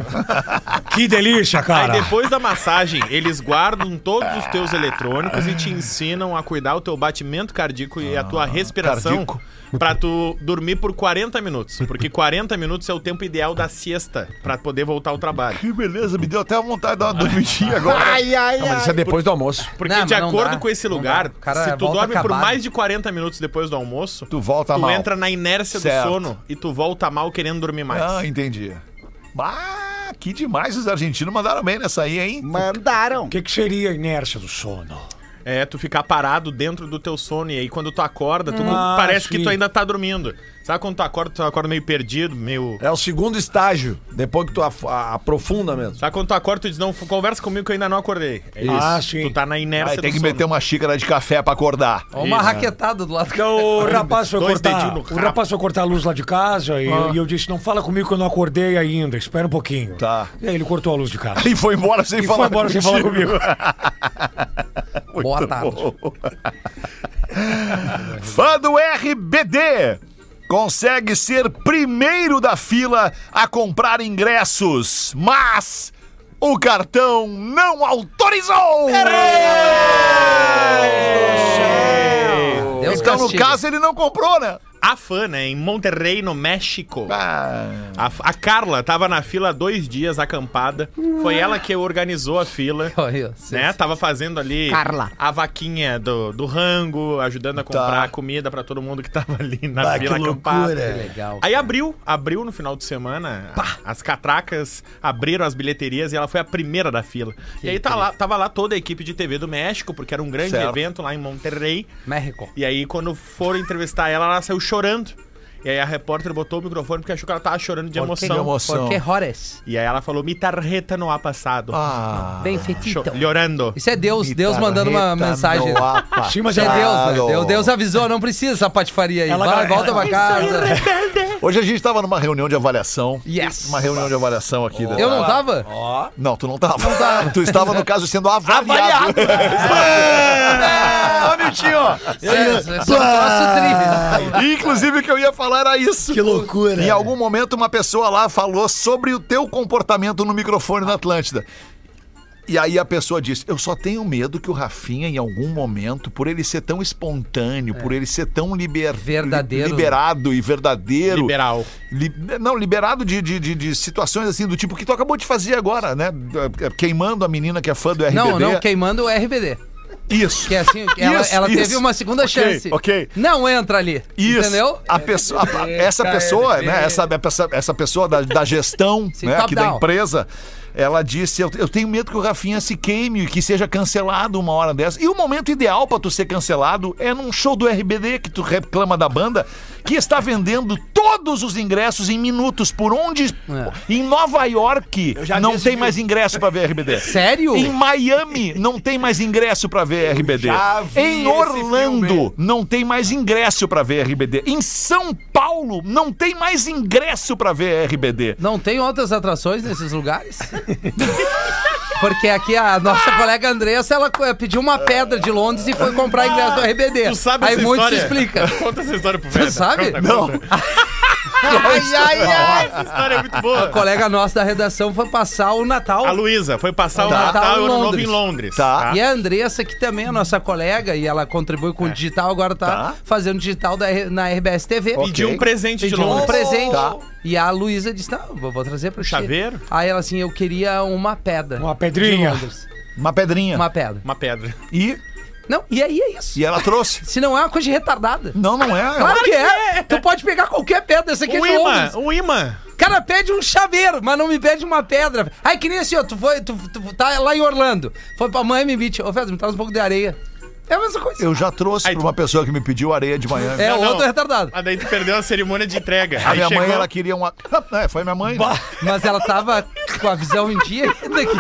[SPEAKER 9] que delícia, cara.
[SPEAKER 6] Aí depois da massagem, eles guardam todos os teus eletrônicos e te ensinam a cuidar o teu batimento cardíaco e a tua respiração
[SPEAKER 3] Ah, cardíaco.
[SPEAKER 6] pra tu dormir por 40 minutos, porque 40 minutos é o tempo ideal da siesta pra poder poder voltar ao trabalho.
[SPEAKER 3] Que beleza, me deu até vontade de dar uma dormidinha agora.
[SPEAKER 8] Ai, ai,
[SPEAKER 7] Mas isso é
[SPEAKER 8] ai.
[SPEAKER 7] depois do almoço.
[SPEAKER 6] Porque
[SPEAKER 4] Não,
[SPEAKER 6] de
[SPEAKER 4] mas não
[SPEAKER 6] acordo
[SPEAKER 4] dá,
[SPEAKER 6] com esse
[SPEAKER 4] não
[SPEAKER 6] lugar,
[SPEAKER 4] dá. O cara
[SPEAKER 6] se tu
[SPEAKER 4] volta
[SPEAKER 6] dorme por
[SPEAKER 4] acabado.
[SPEAKER 6] mais de 40 minutos depois do almoço, tu,
[SPEAKER 3] Tu volta mal.
[SPEAKER 6] entra na inércia
[SPEAKER 3] Certo.
[SPEAKER 6] do sono e tu volta mal querendo dormir mais.
[SPEAKER 3] Ah, entendi. Ah, que demais os argentinos mandaram bem nessa aí, hein?
[SPEAKER 8] Mandaram.
[SPEAKER 9] O que, que seria a inércia do sono?
[SPEAKER 6] É, tu ficar parado dentro do teu sono e aí quando tu acorda, tu
[SPEAKER 9] Ah,
[SPEAKER 6] parece
[SPEAKER 9] sim.
[SPEAKER 6] que tu ainda tá dormindo. Sabe quando tu acorda, tu acorda meio perdido, meio...
[SPEAKER 7] É o segundo estágio, depois que tu af- a- aprofunda mesmo.
[SPEAKER 6] Sabe quando tu acorda, tu diz, não, f- conversa comigo que eu ainda não acordei. É
[SPEAKER 9] Isso. Ah, sim.
[SPEAKER 6] Tu tá na inércia
[SPEAKER 3] Aí tem
[SPEAKER 6] do
[SPEAKER 3] que
[SPEAKER 6] sono.
[SPEAKER 3] meter um uma xícara de café pra acordar.
[SPEAKER 4] Ó, uma raquetada do lado.
[SPEAKER 9] O rapaz foi
[SPEAKER 6] Dois
[SPEAKER 9] cortar.
[SPEAKER 6] dedinhos no
[SPEAKER 9] O
[SPEAKER 6] rabo.
[SPEAKER 9] rapaz foi cortar a luz lá de casa e, e eu disse: não fala comigo que eu não acordei ainda, espera um pouquinho.
[SPEAKER 3] Tá.
[SPEAKER 9] E aí ele cortou a luz de casa.
[SPEAKER 3] E foi embora sem
[SPEAKER 9] E
[SPEAKER 3] falar
[SPEAKER 9] foi embora sem falar comigo.
[SPEAKER 4] Boa tarde.
[SPEAKER 3] Fã do RBD consegue ser primeiro da fila a comprar ingressos, mas o cartão não autorizou!
[SPEAKER 4] Deus
[SPEAKER 3] Então, no
[SPEAKER 4] castiga.
[SPEAKER 3] caso, ele não comprou, né?
[SPEAKER 6] A fã, né, em Monterrey, no México.
[SPEAKER 3] Ah,
[SPEAKER 6] A, a Carla tava na fila há dois dias, acampada. Foi ela que organizou a fila.
[SPEAKER 4] Olha, vocês-
[SPEAKER 6] Né? Tava fazendo ali
[SPEAKER 8] Carla.
[SPEAKER 6] a vaquinha do, do rango, ajudando a comprar comida pra todo mundo que tava ali na
[SPEAKER 7] Ah, que
[SPEAKER 6] fila acampada.
[SPEAKER 7] loucura.
[SPEAKER 4] Legal.
[SPEAKER 6] Aí abriu, abriu no final de semana. As catracas abriram as bilheterias e ela foi a primeira da fila. e aí tá lá, tava lá toda a equipe de TV do México, porque era um grande
[SPEAKER 3] Certo.
[SPEAKER 6] evento lá em Monterrey.
[SPEAKER 4] México.
[SPEAKER 6] E aí, quando foram entrevistar ela, ela saiu chorando. E aí a repórter botou o microfone porque achou que ela tava chorando de emoção.
[SPEAKER 3] emoção.
[SPEAKER 4] Porque Horas.
[SPEAKER 6] E aí ela falou, mi tarjeta no ha passado.
[SPEAKER 3] Ah,
[SPEAKER 4] Bem
[SPEAKER 6] Cho-
[SPEAKER 4] feitinho.
[SPEAKER 6] Llorando.
[SPEAKER 4] Isso é Deus, Deus mandando uma mensagem.
[SPEAKER 9] Sim, mas
[SPEAKER 4] Isso é
[SPEAKER 9] ela-
[SPEAKER 4] Deus, né? Deus, Deus avisou, não precisa essa patifaria aí.
[SPEAKER 9] Ela-
[SPEAKER 4] Vai, é
[SPEAKER 9] ela-
[SPEAKER 4] volta pra casa.
[SPEAKER 3] Hoje a gente tava numa reunião de avaliação.
[SPEAKER 4] Yes.
[SPEAKER 3] Uma reunião de avaliação aqui. da-
[SPEAKER 4] Eu não tava?
[SPEAKER 3] Não, tu não tava. tu estava, no caso, sendo avaliado.
[SPEAKER 7] Ô, Miltinho!
[SPEAKER 4] Sério, isso é um troço triste.
[SPEAKER 3] Inclusive, o que eu ia falar era isso.
[SPEAKER 7] Que loucura.
[SPEAKER 3] Em algum momento, uma pessoa lá falou sobre o teu comportamento no microfone na Atlântida. E aí a pessoa disse: Eu só tenho medo que o Rafinha, em algum momento, por ele ser tão espontâneo, por ele ser tão liber...
[SPEAKER 4] É. Verdadeiro.
[SPEAKER 3] liberado e
[SPEAKER 4] é
[SPEAKER 3] verdadeiro.
[SPEAKER 6] Liberal.
[SPEAKER 3] Li- Não, liberado de, de, de- de situações assim, do tipo que tu acabou de fazer agora, né? Queimando a menina que é fã do RBD.
[SPEAKER 4] Não, não queimando o RBD.
[SPEAKER 3] Isso.
[SPEAKER 4] Que é assim, que ela,
[SPEAKER 3] Isso,
[SPEAKER 4] ela teve
[SPEAKER 3] isso.
[SPEAKER 4] uma segunda
[SPEAKER 3] Ok,
[SPEAKER 4] chance.
[SPEAKER 3] ok.
[SPEAKER 4] Não entra ali.
[SPEAKER 3] Isso. Ah.
[SPEAKER 4] Entendeu? É.
[SPEAKER 3] A pessoa, a- essa pessoa, né? Essa, essa, essa pessoa da, da gestão,
[SPEAKER 4] Sim,
[SPEAKER 3] né?
[SPEAKER 4] top
[SPEAKER 3] Aqui da
[SPEAKER 4] down.
[SPEAKER 3] empresa, ela disse: eu, eu tenho medo que o Rafinha se queime e que seja cancelado uma hora dessa. E o momento ideal pra tu ser cancelado é num show do RBD que tu reclama da banda, que está vendendo todos os ingressos em minutos. Por onde?
[SPEAKER 4] É.
[SPEAKER 3] Em Nova York não tem mais ingresso pra ver RBD.
[SPEAKER 4] Sério?
[SPEAKER 3] Em Miami não tem mais ingresso pra ver RBD.
[SPEAKER 7] já vi
[SPEAKER 3] Em
[SPEAKER 7] esse
[SPEAKER 3] Orlando
[SPEAKER 7] filme.
[SPEAKER 3] não tem mais ingresso pra ver RBD. Em São Paulo não tem mais ingresso pra ver RBD.
[SPEAKER 4] Não tem outras atrações nesses lugares? Porque aqui a nossa colega Andressa, ela co- pediu uma pedra de Londres e foi comprar ingresso do RBD.
[SPEAKER 6] Tu sabe
[SPEAKER 4] É. Aí
[SPEAKER 6] essa
[SPEAKER 4] muito
[SPEAKER 6] história?
[SPEAKER 4] se explica.
[SPEAKER 6] Conta essa história pro velho.
[SPEAKER 4] sabe?
[SPEAKER 6] Conta,
[SPEAKER 3] Não.
[SPEAKER 6] conta.
[SPEAKER 4] Ai, ai, ai.
[SPEAKER 6] Essa história é muito
[SPEAKER 4] A
[SPEAKER 6] boa.
[SPEAKER 4] colega nossa da redação foi passar o Natal.
[SPEAKER 6] A Luísa foi passar o
[SPEAKER 4] Tá.
[SPEAKER 6] Natal e o Ano Novo
[SPEAKER 4] Londres.
[SPEAKER 6] em Londres.
[SPEAKER 3] Tá.
[SPEAKER 4] E a Andressa, que também é nossa colega, e ela contribui
[SPEAKER 6] É.
[SPEAKER 4] com o digital, agora tá,
[SPEAKER 3] Tá.
[SPEAKER 4] fazendo digital da R- na RBS TV.
[SPEAKER 6] Pediu um presente de
[SPEAKER 4] é- Pediu um
[SPEAKER 6] Londres.
[SPEAKER 4] presente.
[SPEAKER 3] Tá.
[SPEAKER 4] E a Luísa disse: Não, vou vou trazer pro Chile.
[SPEAKER 6] chaveiro?
[SPEAKER 4] Aí ela assim: Eu queria uma pedra.
[SPEAKER 9] Uma pedrinha.
[SPEAKER 4] de Londres.
[SPEAKER 3] Uma pedrinha.
[SPEAKER 4] Uma pedra.
[SPEAKER 6] Uma pedra.
[SPEAKER 3] E,
[SPEAKER 4] Não, e aí é isso.
[SPEAKER 3] e ela trouxe.
[SPEAKER 4] Se não é uma coisa de retardada.
[SPEAKER 3] Não, não é.
[SPEAKER 4] Claro que é. Tu pode pegar qualquer pedra, essa aqui é
[SPEAKER 6] Um
[SPEAKER 4] de
[SPEAKER 6] imã,
[SPEAKER 4] Londres.
[SPEAKER 6] um imã.
[SPEAKER 4] Cara, pede um chaveiro, mas não me pede uma pedra. Ai, que nem assim, ó, tu, foi, tu, tu tá lá em Orlando, foi pra Miami Beach. Ô, Fez, me traz um pouco de areia. É a mesma coisa.
[SPEAKER 3] Eu já trouxe
[SPEAKER 6] Aí
[SPEAKER 3] pra
[SPEAKER 6] tu-
[SPEAKER 3] uma pessoa que me pediu areia de Miami.
[SPEAKER 4] É,
[SPEAKER 6] Não, não.
[SPEAKER 4] outro retardado.
[SPEAKER 6] Ah, daí tu perdeu a cerimônia de entrega.
[SPEAKER 3] A
[SPEAKER 6] Aí
[SPEAKER 3] minha mãe,
[SPEAKER 6] chegou-
[SPEAKER 3] ela queria uma. É, foi minha mãe. né?
[SPEAKER 4] Mas ela tava com a visão em dia ainda que...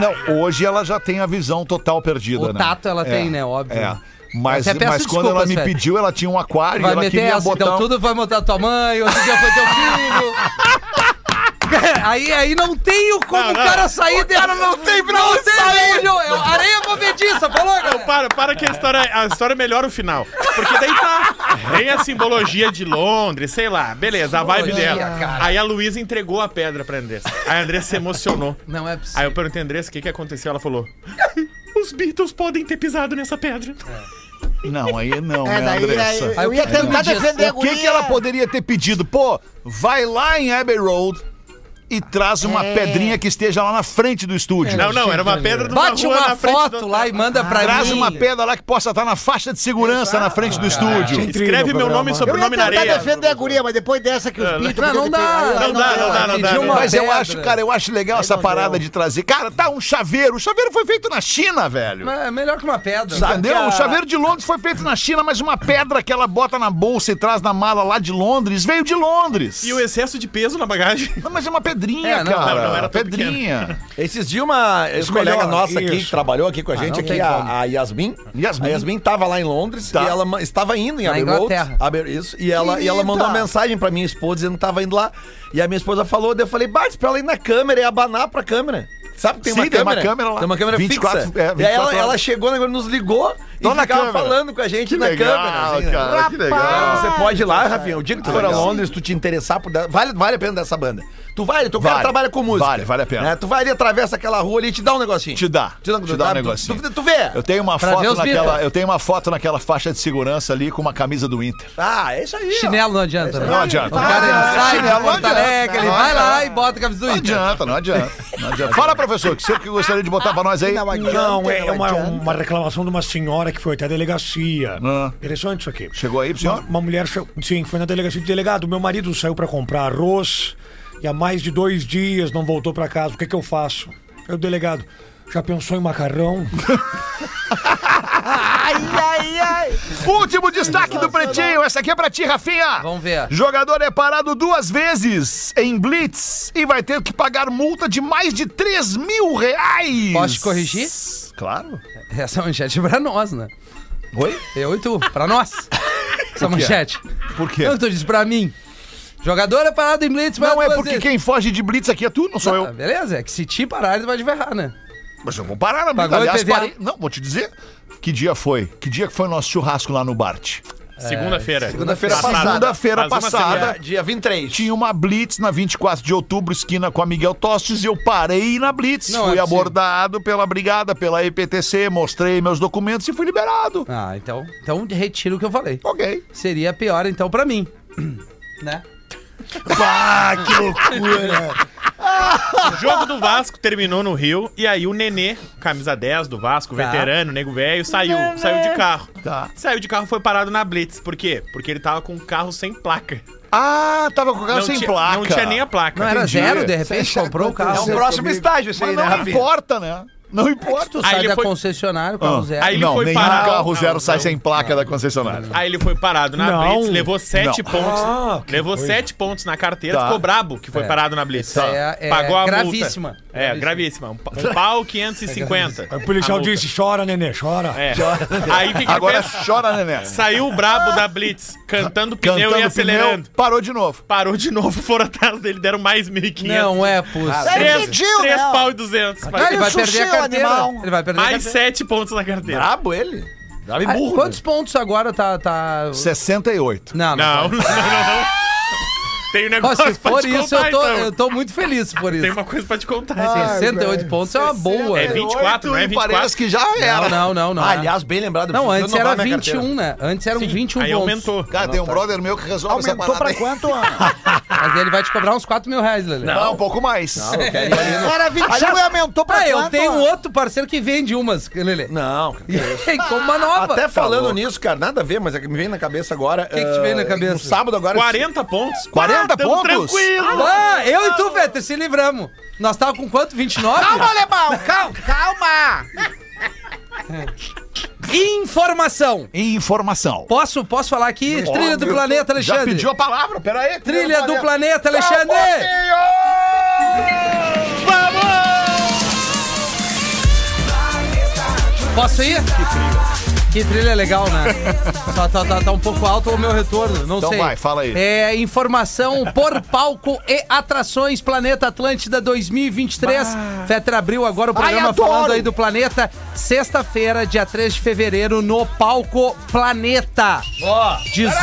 [SPEAKER 3] Não, hoje ela já tem a visão total perdida,
[SPEAKER 4] O
[SPEAKER 3] né?
[SPEAKER 4] tato ela tem, né? Óbvio.
[SPEAKER 3] É. Mas,
[SPEAKER 4] Até peço
[SPEAKER 3] mas quando ela
[SPEAKER 4] desculpas,
[SPEAKER 3] me
[SPEAKER 4] Fede.
[SPEAKER 3] pediu, ela tinha um aquário,
[SPEAKER 4] Vai
[SPEAKER 3] ela
[SPEAKER 4] meter
[SPEAKER 3] queria
[SPEAKER 4] essa,
[SPEAKER 3] botar.
[SPEAKER 4] então
[SPEAKER 3] um-
[SPEAKER 4] tudo vai montar tua mãe, outro dia foi teu filho. Aí, aí não tem o como o cara sair dele. Cara não tem pra não tem olho. É areia movediça, falou,
[SPEAKER 6] Não,
[SPEAKER 4] galera?
[SPEAKER 6] para, para que a história, a história melhora o final. Porque daí tá. Tem a simbologia de Londres, sei lá. Beleza, a vibe
[SPEAKER 4] Simbologia,
[SPEAKER 6] dela.
[SPEAKER 4] cara.
[SPEAKER 6] Aí a Luísa entregou a pedra pra Andressa. Aí a Andressa se emocionou.
[SPEAKER 4] Não é possível.
[SPEAKER 6] Aí eu perguntei, Andressa, o que, que aconteceu? Ela falou: Os Beatles podem ter pisado nessa pedra.
[SPEAKER 3] Não, aí não, né,
[SPEAKER 8] É, daí,
[SPEAKER 3] Andressa?
[SPEAKER 8] aí, eu ia tentar
[SPEAKER 4] Aí,
[SPEAKER 8] defender a
[SPEAKER 3] O que,
[SPEAKER 8] guria.
[SPEAKER 3] que ela poderia ter pedido? Pô, vai lá em Abbey Road e traz uma pedrinha que esteja lá na frente do estúdio.
[SPEAKER 6] Não, não, era uma pedra de uma
[SPEAKER 4] Bate
[SPEAKER 6] rua
[SPEAKER 4] uma
[SPEAKER 6] tá na frente
[SPEAKER 4] foto
[SPEAKER 6] do-
[SPEAKER 4] lá e manda pra
[SPEAKER 3] Traz
[SPEAKER 4] mim.
[SPEAKER 3] uma pedra lá que possa estar na faixa de segurança na frente do estúdio.
[SPEAKER 6] Escreve meu nome e
[SPEAKER 8] Eu ia
[SPEAKER 6] sobrenome na
[SPEAKER 8] tentar
[SPEAKER 6] areia. É, né?
[SPEAKER 8] defender a guria, mas depois dessa que os pintos...
[SPEAKER 4] Não, não dá,
[SPEAKER 8] Aí, aí,
[SPEAKER 6] não dá,
[SPEAKER 8] deu,
[SPEAKER 6] não dá,
[SPEAKER 8] aí.
[SPEAKER 6] não dá.
[SPEAKER 4] Pediu uma
[SPEAKER 3] Mas eu
[SPEAKER 4] pedra.
[SPEAKER 3] acho, cara, eu acho legal essa
[SPEAKER 8] não
[SPEAKER 3] parada
[SPEAKER 8] deu.
[SPEAKER 3] de trazer. Cara, tá um chaveiro. O chaveiro foi feito na China, velho.
[SPEAKER 4] É melhor que uma pedra.
[SPEAKER 3] Entendeu?
[SPEAKER 4] Porque a-
[SPEAKER 3] O chaveiro de Londres foi feito na China, mas uma pedra que ela bota na bolsa e traz na mala lá de Londres veio de Londres.
[SPEAKER 6] E o excesso de peso na bagagem.
[SPEAKER 3] Não, mas é uma pedrinha,
[SPEAKER 4] É, não,
[SPEAKER 3] cara.
[SPEAKER 6] não, não, era tão
[SPEAKER 3] pedrinha.
[SPEAKER 7] Esses dias, uma
[SPEAKER 3] é
[SPEAKER 9] melhor,
[SPEAKER 7] colega nossa aqui
[SPEAKER 9] isso.
[SPEAKER 7] que trabalhou aqui
[SPEAKER 3] Ah,
[SPEAKER 7] com a gente,
[SPEAKER 4] não
[SPEAKER 7] aqui,
[SPEAKER 4] tem como.
[SPEAKER 7] a, a Yasmin.
[SPEAKER 3] Yasmin. Tá.
[SPEAKER 7] A Yasmin estava lá em Londres e ela ma- estava indo em
[SPEAKER 4] Na
[SPEAKER 7] Abbey Road.
[SPEAKER 4] Inglaterra.
[SPEAKER 7] Abbey- isso, e ela, e ela mandou uma
[SPEAKER 8] Querida.
[SPEAKER 7] mensagem pra minha esposa dizendo que estava indo lá. E a minha esposa falou, daí eu falei, Bart, pra ela ir na câmera e abanar pra câmera. Sabe que tem,
[SPEAKER 3] Sim,
[SPEAKER 7] uma,
[SPEAKER 3] tem uma
[SPEAKER 7] câmera,
[SPEAKER 3] câmera lá.
[SPEAKER 7] Tem uma câmera
[SPEAKER 3] 24,
[SPEAKER 7] fixa.
[SPEAKER 3] é,
[SPEAKER 7] e aí
[SPEAKER 3] 24
[SPEAKER 7] ela,
[SPEAKER 3] horas.
[SPEAKER 7] ela chegou, agora nos ligou
[SPEAKER 3] Tô
[SPEAKER 7] e
[SPEAKER 3] na
[SPEAKER 7] ficava
[SPEAKER 3] câmera.
[SPEAKER 7] falando com a gente na câmera. assim, né?
[SPEAKER 3] cara, que Ah,
[SPEAKER 7] Então
[SPEAKER 3] legal. Ah,
[SPEAKER 7] Você pode ir lá, Rafinha. O dia que tu for a
[SPEAKER 3] legal.
[SPEAKER 7] Londres, tu te interessar por. dar- Vale, vale a pena dessa banda. Tu vai, tu cara
[SPEAKER 3] Vale.
[SPEAKER 7] trabalha com música.
[SPEAKER 3] Vale, vale a pena.
[SPEAKER 7] né? Tu vai ali, atravessa aquela rua ali e te dá um negocinho.
[SPEAKER 3] Te dá,
[SPEAKER 7] Te dá,
[SPEAKER 3] te dá um
[SPEAKER 7] tu-
[SPEAKER 3] negocinho.
[SPEAKER 7] Tu, tu vê.
[SPEAKER 3] Eu tenho uma
[SPEAKER 4] Pra ver
[SPEAKER 3] foto
[SPEAKER 4] os
[SPEAKER 3] naquela,
[SPEAKER 4] Beatles.
[SPEAKER 3] eu tenho uma foto naquela faixa de segurança ali com uma camisa do Inter.
[SPEAKER 7] Ah, é isso aí. ó.
[SPEAKER 4] Chinelo não adianta. né?
[SPEAKER 3] Não adianta.
[SPEAKER 4] O cara
[SPEAKER 3] Não
[SPEAKER 4] ele
[SPEAKER 3] adianta.
[SPEAKER 4] sai
[SPEAKER 3] Chinelo
[SPEAKER 4] de
[SPEAKER 3] não
[SPEAKER 4] Porto
[SPEAKER 3] adianta.
[SPEAKER 4] Alegre, ele
[SPEAKER 3] Não
[SPEAKER 4] vai lá
[SPEAKER 3] adianta.
[SPEAKER 4] e bota a camisa do
[SPEAKER 3] Não
[SPEAKER 4] Inter.
[SPEAKER 3] adianta, não adianta. Não adianta. Fala, professor, que você que gostaria de botar pra nós aí?
[SPEAKER 8] Não adianta,
[SPEAKER 9] Não, é uma,
[SPEAKER 8] adianta.
[SPEAKER 9] uma reclamação de uma senhora que foi até a delegacia.
[SPEAKER 3] Ah.
[SPEAKER 9] Interessante isso aqui.
[SPEAKER 3] Chegou aí, senhor?
[SPEAKER 9] Uma, uma mulher, che- sim, foi na delegacia de delegado. Meu marido saiu pra comprar arroz e há mais de dois dias não voltou pra casa. O que, que eu faço? Aí o delegado, já pensou em macarrão?
[SPEAKER 8] Ai, ai, ai.
[SPEAKER 3] Último destaque do Pretinho. Essa aqui é pra ti, Rafinha.
[SPEAKER 4] Vamos ver.
[SPEAKER 3] Jogador é parado duas vezes em blitz e vai ter que pagar multa de mais de 3 mil reais.
[SPEAKER 4] Posso te corrigir?
[SPEAKER 3] Claro.
[SPEAKER 4] Essa manchete é pra nós, né?
[SPEAKER 3] Oi?
[SPEAKER 4] Eu e tu, pra nós. Essa manchete.
[SPEAKER 3] Por quê?
[SPEAKER 4] Não, tu disse pra mim. Jogador é parado em blitz, mas
[SPEAKER 3] Não é
[SPEAKER 4] duas
[SPEAKER 3] porque
[SPEAKER 4] vezes.
[SPEAKER 3] quem foge de blitz aqui é tu, não sou
[SPEAKER 4] Ah,
[SPEAKER 3] eu.
[SPEAKER 4] Beleza, é que se te parar, ele vai te ferrar, né?
[SPEAKER 3] Mas eu vou parar na blitz.
[SPEAKER 4] Pagou
[SPEAKER 3] Aliás,
[SPEAKER 4] IPVA.
[SPEAKER 3] parei. Não, vou te dizer. Que dia foi? Que dia que foi o nosso churrasco lá no Bart?
[SPEAKER 6] Segunda-feira.
[SPEAKER 7] segunda-feira
[SPEAKER 6] Passada.
[SPEAKER 7] passada.
[SPEAKER 3] Segunda-feira
[SPEAKER 6] Faz uma
[SPEAKER 3] passada.
[SPEAKER 7] Dia, dia 23.
[SPEAKER 3] Tinha uma blitz na 24 de outubro, esquina com a Miguel Tostes, e eu parei na blitz.
[SPEAKER 4] Não,
[SPEAKER 3] fui
[SPEAKER 4] é possível.
[SPEAKER 3] abordado pela brigada, pela EPTC, mostrei meus documentos e fui liberado.
[SPEAKER 4] Ah, então. Então retiro o que eu falei.
[SPEAKER 3] Ok.
[SPEAKER 4] Seria pior, então, pra mim. né?
[SPEAKER 3] Pá, que loucura!
[SPEAKER 6] O jogo do Vasco terminou no Rio e aí o Nenê, camisa 10 do Vasco,
[SPEAKER 4] Tá.
[SPEAKER 6] veterano, nego velho, saiu, saiu de carro.
[SPEAKER 3] Tá.
[SPEAKER 6] Saiu de carro, foi parado na Blitz. Por quê? Porque ele tava com um carro sem placa.
[SPEAKER 3] Ah, tava com o carro sem
[SPEAKER 6] tinha,
[SPEAKER 3] placa.
[SPEAKER 6] Não tinha nem a placa.
[SPEAKER 4] Não era
[SPEAKER 3] Entendi.
[SPEAKER 4] zero, de repente,
[SPEAKER 7] É
[SPEAKER 4] comprou o
[SPEAKER 7] o
[SPEAKER 3] um
[SPEAKER 4] carro.
[SPEAKER 7] próximo estágio esse aí,
[SPEAKER 3] Mas
[SPEAKER 7] né,
[SPEAKER 3] não
[SPEAKER 7] Rafinha?
[SPEAKER 3] importa, né? Não importa.
[SPEAKER 4] Tu
[SPEAKER 6] Aí
[SPEAKER 4] sai
[SPEAKER 6] ele
[SPEAKER 4] da
[SPEAKER 6] foi-
[SPEAKER 4] concessionária, o carro
[SPEAKER 3] Ah.
[SPEAKER 4] zero.
[SPEAKER 6] Aí ele
[SPEAKER 3] não,
[SPEAKER 6] foi
[SPEAKER 3] nenhum
[SPEAKER 6] parar-
[SPEAKER 3] carro zero
[SPEAKER 6] Não,
[SPEAKER 3] sai
[SPEAKER 6] não.
[SPEAKER 3] sem placa da concessionária.
[SPEAKER 6] Aí ele foi parado na
[SPEAKER 9] Não.
[SPEAKER 6] Blitz, levou sete
[SPEAKER 3] Não.
[SPEAKER 6] pontos.
[SPEAKER 9] Ah, que
[SPEAKER 6] levou
[SPEAKER 9] coisa.
[SPEAKER 6] sete pontos na carteira,
[SPEAKER 3] Tá.
[SPEAKER 6] ficou brabo que foi
[SPEAKER 4] É.
[SPEAKER 6] parado na Blitz.
[SPEAKER 4] Essa é- é
[SPEAKER 6] Pagou a
[SPEAKER 4] gravíssima.
[SPEAKER 6] multa. É, gravíssima. Um, pa- um pau 550.
[SPEAKER 9] Aí o policial
[SPEAKER 6] A multa.
[SPEAKER 9] disse, chora, nenê, chora.
[SPEAKER 6] É. Aí o que, que
[SPEAKER 3] Agora
[SPEAKER 6] ele fez?
[SPEAKER 3] chora, Nené.
[SPEAKER 6] Saiu o brabo da Blitz, cantando pneu e acelerando.
[SPEAKER 3] parou de novo.
[SPEAKER 6] Parou de novo, foram atrás dele, deram mais 1.500.
[SPEAKER 4] Não é possível.
[SPEAKER 6] Três,
[SPEAKER 8] pediu,
[SPEAKER 6] três
[SPEAKER 8] né?
[SPEAKER 6] pau e 200.
[SPEAKER 4] Ah, ele
[SPEAKER 8] Olha
[SPEAKER 4] vai
[SPEAKER 8] o
[SPEAKER 4] perder a
[SPEAKER 8] Xuxa,
[SPEAKER 4] carteira.
[SPEAKER 8] animal.
[SPEAKER 4] Ele vai perder a
[SPEAKER 6] Mais
[SPEAKER 4] carteira.
[SPEAKER 6] sete pontos na carteira.
[SPEAKER 7] Brabo ele. Brabo e
[SPEAKER 4] Ah,
[SPEAKER 7] burro.
[SPEAKER 4] Quantos pontos agora tá. tá...
[SPEAKER 3] 68.
[SPEAKER 4] Não,
[SPEAKER 6] né? Não, não, não, não. Tem um
[SPEAKER 4] Ó,
[SPEAKER 6] negócio
[SPEAKER 4] se
[SPEAKER 6] pra
[SPEAKER 4] for
[SPEAKER 6] te
[SPEAKER 4] isso,
[SPEAKER 6] contar,
[SPEAKER 4] eu tô,
[SPEAKER 6] então.
[SPEAKER 4] eu tô muito feliz por
[SPEAKER 6] Tem
[SPEAKER 4] isso.
[SPEAKER 6] uma coisa pra te contar.
[SPEAKER 4] 68 pontos é uma boa.
[SPEAKER 6] É 24, não é
[SPEAKER 3] E parece
[SPEAKER 6] 24.
[SPEAKER 3] que já era.
[SPEAKER 4] Não, não, não, não.
[SPEAKER 3] é?
[SPEAKER 7] Ah, aliás, bem lembrado.
[SPEAKER 4] não,
[SPEAKER 7] preciso
[SPEAKER 4] antes
[SPEAKER 7] renovar
[SPEAKER 4] era
[SPEAKER 7] minha
[SPEAKER 4] 21,
[SPEAKER 7] carteira.
[SPEAKER 4] né? Antes eram 21
[SPEAKER 6] Aí
[SPEAKER 4] pontos.
[SPEAKER 6] aumentou.
[SPEAKER 3] Cara, tem um brother meu que resolve
[SPEAKER 8] Aumentou
[SPEAKER 3] essa parada.
[SPEAKER 8] pra
[SPEAKER 3] aí.
[SPEAKER 8] quanto, Ana?
[SPEAKER 4] Mas ele vai te cobrar uns 4 mil reais, Lelê.
[SPEAKER 3] Não, um pouco mais.
[SPEAKER 8] Era 25 e aumentou pra
[SPEAKER 4] Ah,
[SPEAKER 8] quanto?
[SPEAKER 4] eu tenho
[SPEAKER 8] Ana?
[SPEAKER 4] outro parceiro que vende umas, Lelê.
[SPEAKER 7] Não.
[SPEAKER 4] E aí, com uma nova.
[SPEAKER 7] Até falando nisso, cara, nada a ver, mas é que me vem na cabeça agora. O
[SPEAKER 4] tá que te veio na cabeça?
[SPEAKER 7] No sábado agora.
[SPEAKER 6] 40 pontos.
[SPEAKER 3] 40
[SPEAKER 6] Tamo
[SPEAKER 3] pontos?
[SPEAKER 6] Tranquilo.
[SPEAKER 4] Ah, eu e tu, Vetter, se livramos. Nós tava com quanto? 29?
[SPEAKER 8] Calma, alemão, calma, calma.
[SPEAKER 4] Informação.
[SPEAKER 3] E informação.
[SPEAKER 4] Posso, posso falar aqui? Trilha do planeta,
[SPEAKER 3] Já
[SPEAKER 4] Alexandre.
[SPEAKER 3] pediu a palavra? Pera aí.
[SPEAKER 4] Trilha do planeta, Alexandre. Posso ir? Que trilha. legal, né? tá, tá, tá, tá um pouco alto o meu retorno, não
[SPEAKER 3] Então
[SPEAKER 4] sei.
[SPEAKER 3] vai, fala aí.
[SPEAKER 4] É, informação por palco e atrações Planeta Atlântida 2023. Fetra abriu agora o programa falando aí do Planeta. Sexta-feira, dia 3 de fevereiro, no palco Planeta. Ó, 18.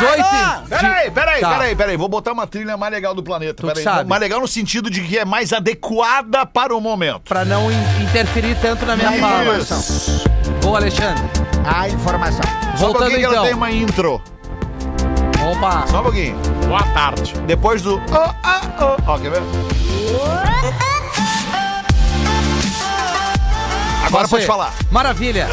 [SPEAKER 3] Peraí, peraí,
[SPEAKER 4] Tá.
[SPEAKER 3] peraí, peraí. Vou botar uma trilha mais legal do planeta.
[SPEAKER 4] Tu
[SPEAKER 3] Peraí.
[SPEAKER 4] sabe.
[SPEAKER 3] Mais legal no sentido de que é mais adequada para o momento.
[SPEAKER 4] Pra não in- interferir tanto na minha fala.
[SPEAKER 3] Isso.
[SPEAKER 4] Boa, Alexandre.
[SPEAKER 8] A informação.
[SPEAKER 3] Só um
[SPEAKER 4] Voltando
[SPEAKER 3] pouquinho que ela
[SPEAKER 4] então.
[SPEAKER 3] tem uma intro.
[SPEAKER 4] Opa.
[SPEAKER 3] Só um pouquinho.
[SPEAKER 6] Boa tarde.
[SPEAKER 3] Depois do. ó, ah, ó. Ó, quer ver? Agora
[SPEAKER 4] Posso
[SPEAKER 3] pode
[SPEAKER 4] ir?
[SPEAKER 3] falar.
[SPEAKER 4] Maravilha.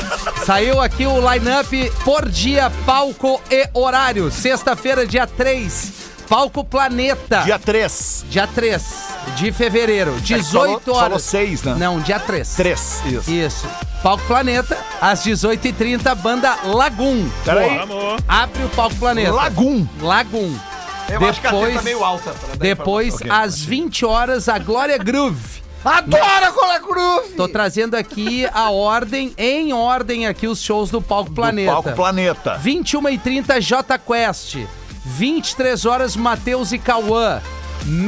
[SPEAKER 4] Saiu aqui o line-up por dia, palco e horário. Sexta-feira, dia 3. Palco Planeta.
[SPEAKER 3] Dia 3.
[SPEAKER 4] Dia 3 de fevereiro,
[SPEAKER 3] tu
[SPEAKER 4] 18
[SPEAKER 3] falou- tu
[SPEAKER 4] horas.
[SPEAKER 3] falou seis, né?
[SPEAKER 4] Não, dia 3.
[SPEAKER 3] 3. Isso.
[SPEAKER 4] Isso. Palco Planeta, às 18h30, banda Lagum.
[SPEAKER 3] Peraí.
[SPEAKER 6] Vamos.
[SPEAKER 4] Abre o Palco Planeta.
[SPEAKER 3] Lagum.
[SPEAKER 4] Lagum.
[SPEAKER 7] Eu acho
[SPEAKER 3] tá
[SPEAKER 7] que a
[SPEAKER 4] Depois-
[SPEAKER 7] teta é meio alta. pra dar
[SPEAKER 4] Depois,
[SPEAKER 7] informação.
[SPEAKER 4] às 20 horas, a Glória Groove.
[SPEAKER 8] Adoro Cola Groove!
[SPEAKER 4] Tô trazendo aqui a ordem, em ordem aqui, os shows do Palco Planeta.
[SPEAKER 3] Palco Planeta.
[SPEAKER 4] 21h30, J Quest. 23 horas, Matheus e Cauã.